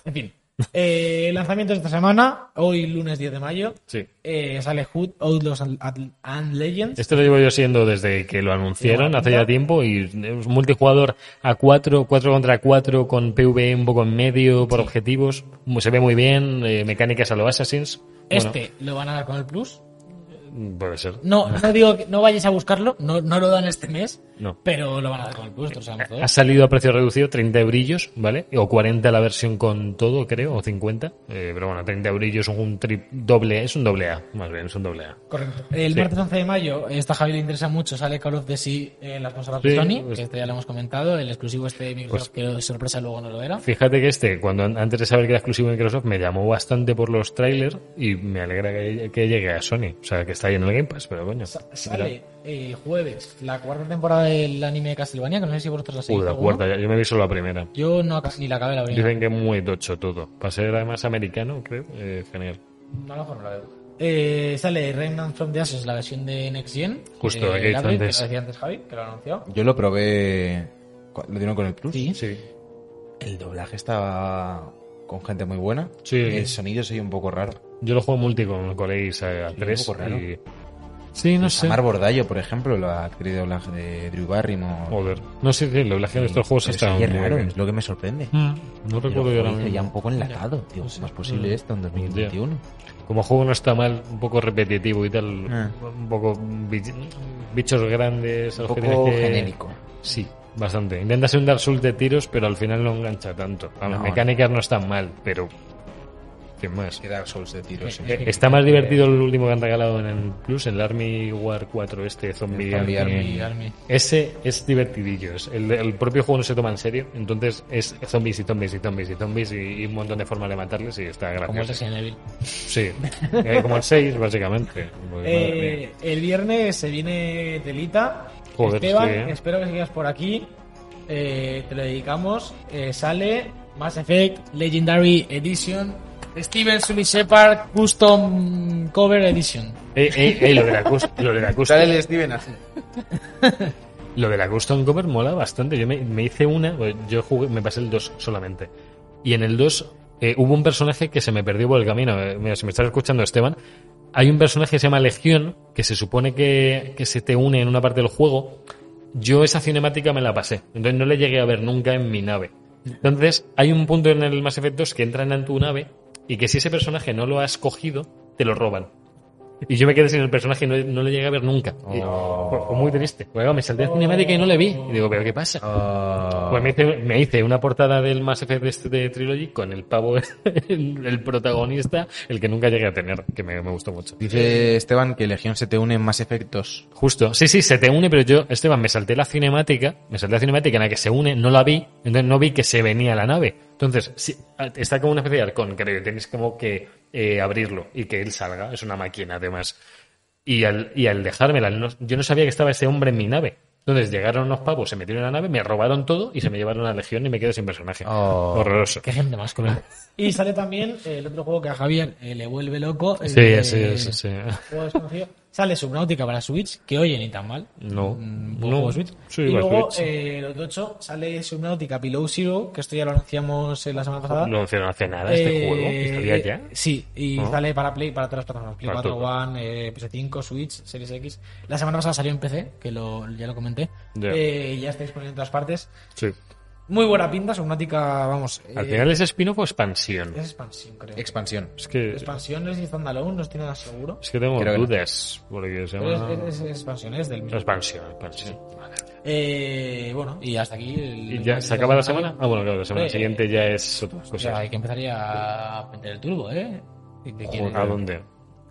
Speaker 3: En fin. Eh, lanzamientos de esta semana, hoy lunes 10 de mayo,
Speaker 1: Sí.
Speaker 3: eh, sale Hood, Outlaws and, and- and Legends.
Speaker 1: Esto lo llevo yo siendo desde que lo anunciaron hace ya tiempo y es un multijugador a 4, 4 contra 4 con PvE un poco en medio por objetivos. Se ve muy bien, eh, mecánicas a los Assassins. Bueno,
Speaker 3: Este lo van a dar con el Plus.
Speaker 1: puede ser.
Speaker 3: No, no digo que no vayas a buscarlo, no, no lo dan este mes,
Speaker 1: No.
Speaker 3: pero lo van a dar con el Plus, lo sabemos todos.
Speaker 1: Ha salido a precio reducido, 30 eurillos, ¿vale? O 40 la versión con todo, creo, o 50. Eh, pero bueno, 30 eurillos, un trip doble, es un doble A, más bien, es un doble A.
Speaker 3: Correcto. El
Speaker 1: Sí.
Speaker 3: martes 11 de mayo, esta a Javi le interesa mucho, sale Call of the Sea en las consolas
Speaker 1: Sí,
Speaker 3: de Sony,
Speaker 1: pues-
Speaker 3: que este ya lo hemos comentado, el exclusivo este de Microsoft, que de sorpresa luego no lo era.
Speaker 1: Fíjate que este, cuando an- antes de saber que era exclusivo de Microsoft, me llamó bastante por los trailers y me alegra que, que llegue a Sony. O sea, que está ahí en el Game Pass, pero coño.
Speaker 3: Sa-
Speaker 1: mira.
Speaker 3: Sale el jueves la cuarta temporada del anime de Castlevania, que no sé si vosotros la
Speaker 1: Uh,
Speaker 3: seguís.
Speaker 1: la
Speaker 3: alguno.
Speaker 1: cuarta, ya- yo me vi solo la primera.
Speaker 3: Yo no ac- ni la acabé la primera.
Speaker 1: Dicen que es muy tocho todo. Para ser además americano, creo, eh, genial.
Speaker 3: A lo mejor no la veo. Eh, sale Remnant from the Ashes, la versión de Next Gen.
Speaker 1: Justo,
Speaker 3: de
Speaker 1: aquí he dicho
Speaker 3: Ladrid,
Speaker 1: antes.
Speaker 3: Que lo decía antes Javi, que lo anunció.
Speaker 2: Yo lo probé. cu- ¿Lo dieron con el Plus?
Speaker 3: Sí.
Speaker 1: Sí.
Speaker 2: El doblaje estaba con gente muy buena.
Speaker 1: Sí.
Speaker 2: El sonido se oye un poco raro.
Speaker 1: Yo lo juego multi con colegas a, a
Speaker 2: un
Speaker 1: tres.
Speaker 2: poco raro.
Speaker 1: y- Sí, no sé.
Speaker 2: Samar Bordallo, por ejemplo, la actriz de doblaje de Drew Barrymore.
Speaker 1: Joder. No sé, sí, la doblaje de estos juegos
Speaker 2: Pero
Speaker 1: está
Speaker 2: se oye
Speaker 1: muy
Speaker 2: raro,
Speaker 1: bien.
Speaker 2: es lo que me sorprende.
Speaker 1: Mm, No
Speaker 2: Pero,
Speaker 1: recuerdo yo ahora
Speaker 2: joder,
Speaker 1: mismo. Mm. Pues
Speaker 2: ya un poco enlatado, tío. ¿Cómo es posible esto en 2021?
Speaker 1: Como juego no está mal, un poco repetitivo y tal.
Speaker 2: Ah.
Speaker 1: Un poco bich- bichos grandes.
Speaker 2: Un
Speaker 1: a los que
Speaker 2: poco
Speaker 1: tienes que-
Speaker 2: genérico.
Speaker 1: Sí, bastante. Intenta ser un Dark Souls de tiros, pero al final no engancha tanto. A Las
Speaker 2: No,
Speaker 1: mecánicas no están mal, pero... Sin más.
Speaker 2: Que Dark Souls de tiros.
Speaker 1: Eh, Está más divertido el último que han regalado en el Plus, el Army War 4, este zombie.
Speaker 2: El Zombie
Speaker 1: Army.
Speaker 2: Army.
Speaker 3: Y Army.
Speaker 1: Ese es divertidillo. es- El, el propio juego no se toma en serio, entonces es zombies y zombies y zombies y zombies y, y un montón de formas de matarles y está
Speaker 3: Como el
Speaker 1: gracioso.
Speaker 3: Resident Evil.
Speaker 1: Sí, Eh, como el 6, básicamente. Pues, madre mía.
Speaker 3: Eh, el viernes se viene Telita.
Speaker 1: Joder,
Speaker 3: Esteban,
Speaker 1: sí, eh.
Speaker 3: espero que sigas por aquí. Eh, te lo dedicamos. Eh, sale Mass Effect Legendary Edition. Steven Sully Shepard Custom Cover Edition.
Speaker 1: Eh, eh, eh, lo de la, cus- lo de la custom,
Speaker 2: Sale el Steven así.
Speaker 1: lo de la custom cover mola bastante. Yo me, me hice una, pues, yo jugué, me pasé el 2 solamente. Y en el 2 eh, hubo un personaje que se me perdió por el camino. Eh, mira, si me estás escuchando, Esteban, hay un personaje que se llama Legión, que se supone que, que se te une en una parte del juego. Yo esa cinemática me la pasé, entonces no le llegué a ver nunca en mi nave. Entonces, hay un punto en el Mass Effect 2 que entran en tu nave y que si ese personaje no lo has cogido, te lo roban. Y yo me quedé sin el personaje y no, no le llegué a ver nunca. Y fue- fue muy triste. Luego me salté la cinemática y no le vi. Y digo, ¿pero qué pasa?
Speaker 2: Oh. Uh,
Speaker 1: Pues me hice, me hice una portada del Mass Effect de, este- de Trilogy con el pavo, el, el protagonista, el que nunca llegué a tener, que me, me gustó mucho.
Speaker 2: Dice Esteban que Legión se te une en más efectos.
Speaker 1: Justo. Sí, sí, se te une, pero yo, Esteban, me salté la cinemática, me salté la cinemática en la que se une, no la vi, entonces no vi que se venía la nave. Entonces, sí, ah, está como una especie de arcón, creo, y tienes como que eh, abrirlo y que él salga. Es una máquina, además. Y al, y al dejármela, no- yo no sabía que estaba ese hombre en mi nave. Entonces llegaron unos pavos, se metieron en la nave, me robaron todo y se me llevaron a Legión y me quedé sin personaje.
Speaker 2: Oh.
Speaker 1: Horroroso.
Speaker 5: Qué gente más cruel.
Speaker 3: Y sale también eh, el otro juego que a Javier eh, le vuelve loco. el
Speaker 1: Sí,
Speaker 3: de-
Speaker 1: sí, sí, sí.
Speaker 3: juego desconocido. Sale Subnautica para Switch, que oye ni tan mal.
Speaker 1: No.
Speaker 3: Buen
Speaker 1: no.
Speaker 3: juego Switch.
Speaker 1: Sí,
Speaker 3: y
Speaker 1: va,
Speaker 3: luego,
Speaker 1: Switch.
Speaker 3: eh, el otro 8 sale Subnautica Below Zero, que esto ya lo anunciamos eh, la semana pasada.
Speaker 1: No hicieron hace nada este
Speaker 3: Eh,
Speaker 1: juego. ¿Estaría ya?
Speaker 3: Sí, y
Speaker 1: Ah.
Speaker 3: sale para Play, para todas las plataformas. Play
Speaker 1: Para
Speaker 3: 4,
Speaker 1: todo.
Speaker 3: One, eh, PS5, Switch, Series X. La semana pasada salió en PC, que lo, ya lo comenté.
Speaker 1: Ya.
Speaker 3: Eh, ya está disponible en todas partes.
Speaker 1: Sí.
Speaker 3: Muy buena pinta, Subnautica, vamos.
Speaker 1: Al
Speaker 3: eh,
Speaker 1: final es spin-off o expansión.
Speaker 3: es expansión, creo.
Speaker 2: Expansión.
Speaker 1: Es que,
Speaker 3: Expansiones y standalone, no estoy nada seguro.
Speaker 1: es que tengo
Speaker 2: Creo que no.
Speaker 1: dudas. Porque se
Speaker 3: Pero
Speaker 1: llama...
Speaker 3: es, es- es expansiones del mismo.
Speaker 1: Expansión, expansión. Vale.
Speaker 3: Eh, bueno, y hasta aquí. El,
Speaker 1: ¿Y ya se acaba la semana? Ah, bueno, claro, la semana
Speaker 3: Eh,
Speaker 1: siguiente ya es otra
Speaker 3: O sea,
Speaker 1: cosa.
Speaker 3: hay que empezar ya a meter el turbo, ¿eh? Si te quieres-
Speaker 1: ¿A dónde?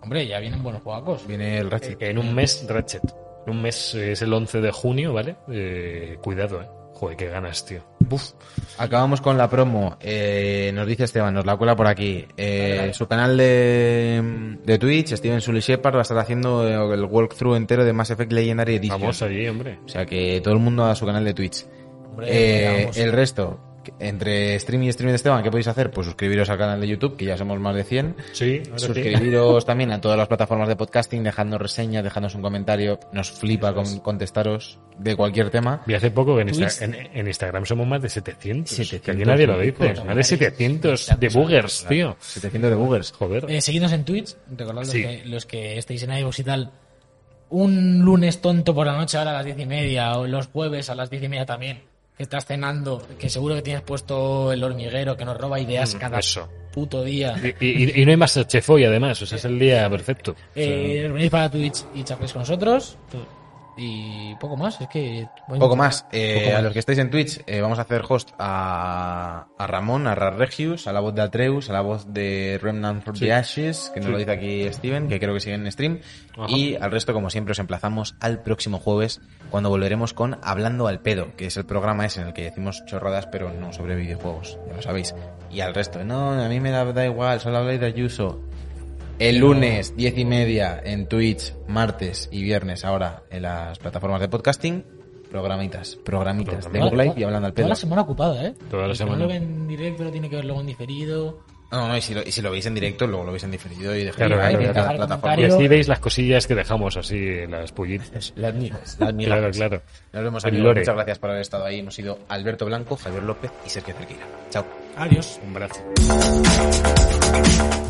Speaker 3: Hombre, ya vienen buenos juegos.
Speaker 2: Viene el Ratchet.
Speaker 1: En un mes, Ratchet. En un mes eh, es el 11 de junio, ¿vale? Eh, cuidado, ¿eh? Joder, qué ganas, tío. Buf.
Speaker 2: Acabamos con la promo. Eh, nos dice Esteban, nos la cuela por aquí. Eh, Su canal de, de Twitch, Steven Sully Shepard, va a estar haciendo eh, el walkthrough entero de Mass Effect Legendary Edition.
Speaker 1: Vamos allí, hombre.
Speaker 2: O sea que todo el mundo a su canal de Twitch. Eh, el resto, entre stream y stream de Esteban, ¿qué podéis hacer? Pues suscribiros al canal de YouTube, que ya somos más de 100.
Speaker 1: Sí, ahora sí.
Speaker 2: Suscribiros también a todas las plataformas de podcasting, dejadnos reseñas, dejadnos un comentario. Nos flipa con contestaros de cualquier tema.
Speaker 1: Vi hace poco que en, Insta-
Speaker 2: Twitch.
Speaker 1: en, en Instagram somos más de 700.
Speaker 2: 700,
Speaker 1: que aquí nadie lo
Speaker 2: sí.
Speaker 1: dice. Más de 700 de boogers, tío.
Speaker 2: 700 de buggers.
Speaker 1: Joder.
Speaker 3: Eh, seguidnos en Twitch, recordad los,
Speaker 1: Sí.
Speaker 3: que, los que estéis en iVoox y tal. Un lunes tonto por la noche, ahora a las diez y media, o los jueves a las diez y media también, que estás cenando, que seguro que tienes puesto el hormiguero que nos roba
Speaker 2: Mm,
Speaker 3: ideas cada
Speaker 1: eso.
Speaker 3: puto día.
Speaker 1: Y, y- y no hay más chef hoy, además. O sea, es el día perfecto. O sea,
Speaker 3: Eh, os venís para Twitch y charléis con nosotros. Y poco más, es que.
Speaker 2: Poco más. Eh,
Speaker 3: Poco más.
Speaker 2: A los que estáis en Twitch, eh, vamos a hacer host a, a Ramón, a Rarregius, a la voz de Atreus, a la voz de Remnant for the Ashes, que nos
Speaker 1: Sí.
Speaker 2: lo dice aquí Steven, que creo que sigue en stream.
Speaker 1: Ajá.
Speaker 2: Y al resto, como siempre, os emplazamos al próximo jueves, cuando volveremos con Hablando al Pedo, que es el programa ese en el que decimos chorradas, pero no sobre videojuegos, ya lo sabéis. Y al resto, no, a mí me da, da igual, solo habláis de Ayuso. El lunes, 10 y media, en Twitch, martes y viernes, ahora en las plataformas de podcasting. Programitas, programitas.
Speaker 1: Programitas.
Speaker 2: De Google Live y hablando al
Speaker 3: Toda
Speaker 2: pedo.
Speaker 3: la semana ocupada, ¿eh?
Speaker 1: Toda la
Speaker 3: El que
Speaker 1: semana.
Speaker 3: No lo ven en directo, lo tiene que ver luego en diferido.
Speaker 2: No, no, y si, lo, y si lo veis en directo, luego lo veis en diferido y dejáis
Speaker 1: Claro,
Speaker 2: like
Speaker 1: claro,
Speaker 2: en cada
Speaker 3: claro.
Speaker 1: y
Speaker 2: plataforma.
Speaker 3: Mario-
Speaker 1: así veis las cosillas que dejamos así, las pullitas.
Speaker 2: Las migas, las migas.
Speaker 1: Claro, claro.
Speaker 2: Nos vemos,
Speaker 1: El
Speaker 2: amigos.
Speaker 1: lore.
Speaker 2: Muchas gracias por haber estado ahí. Hemos sido Alberto Blanco, Javier López y Sergio Cerqueira. Chao.
Speaker 3: Adiós.
Speaker 1: Un brazo.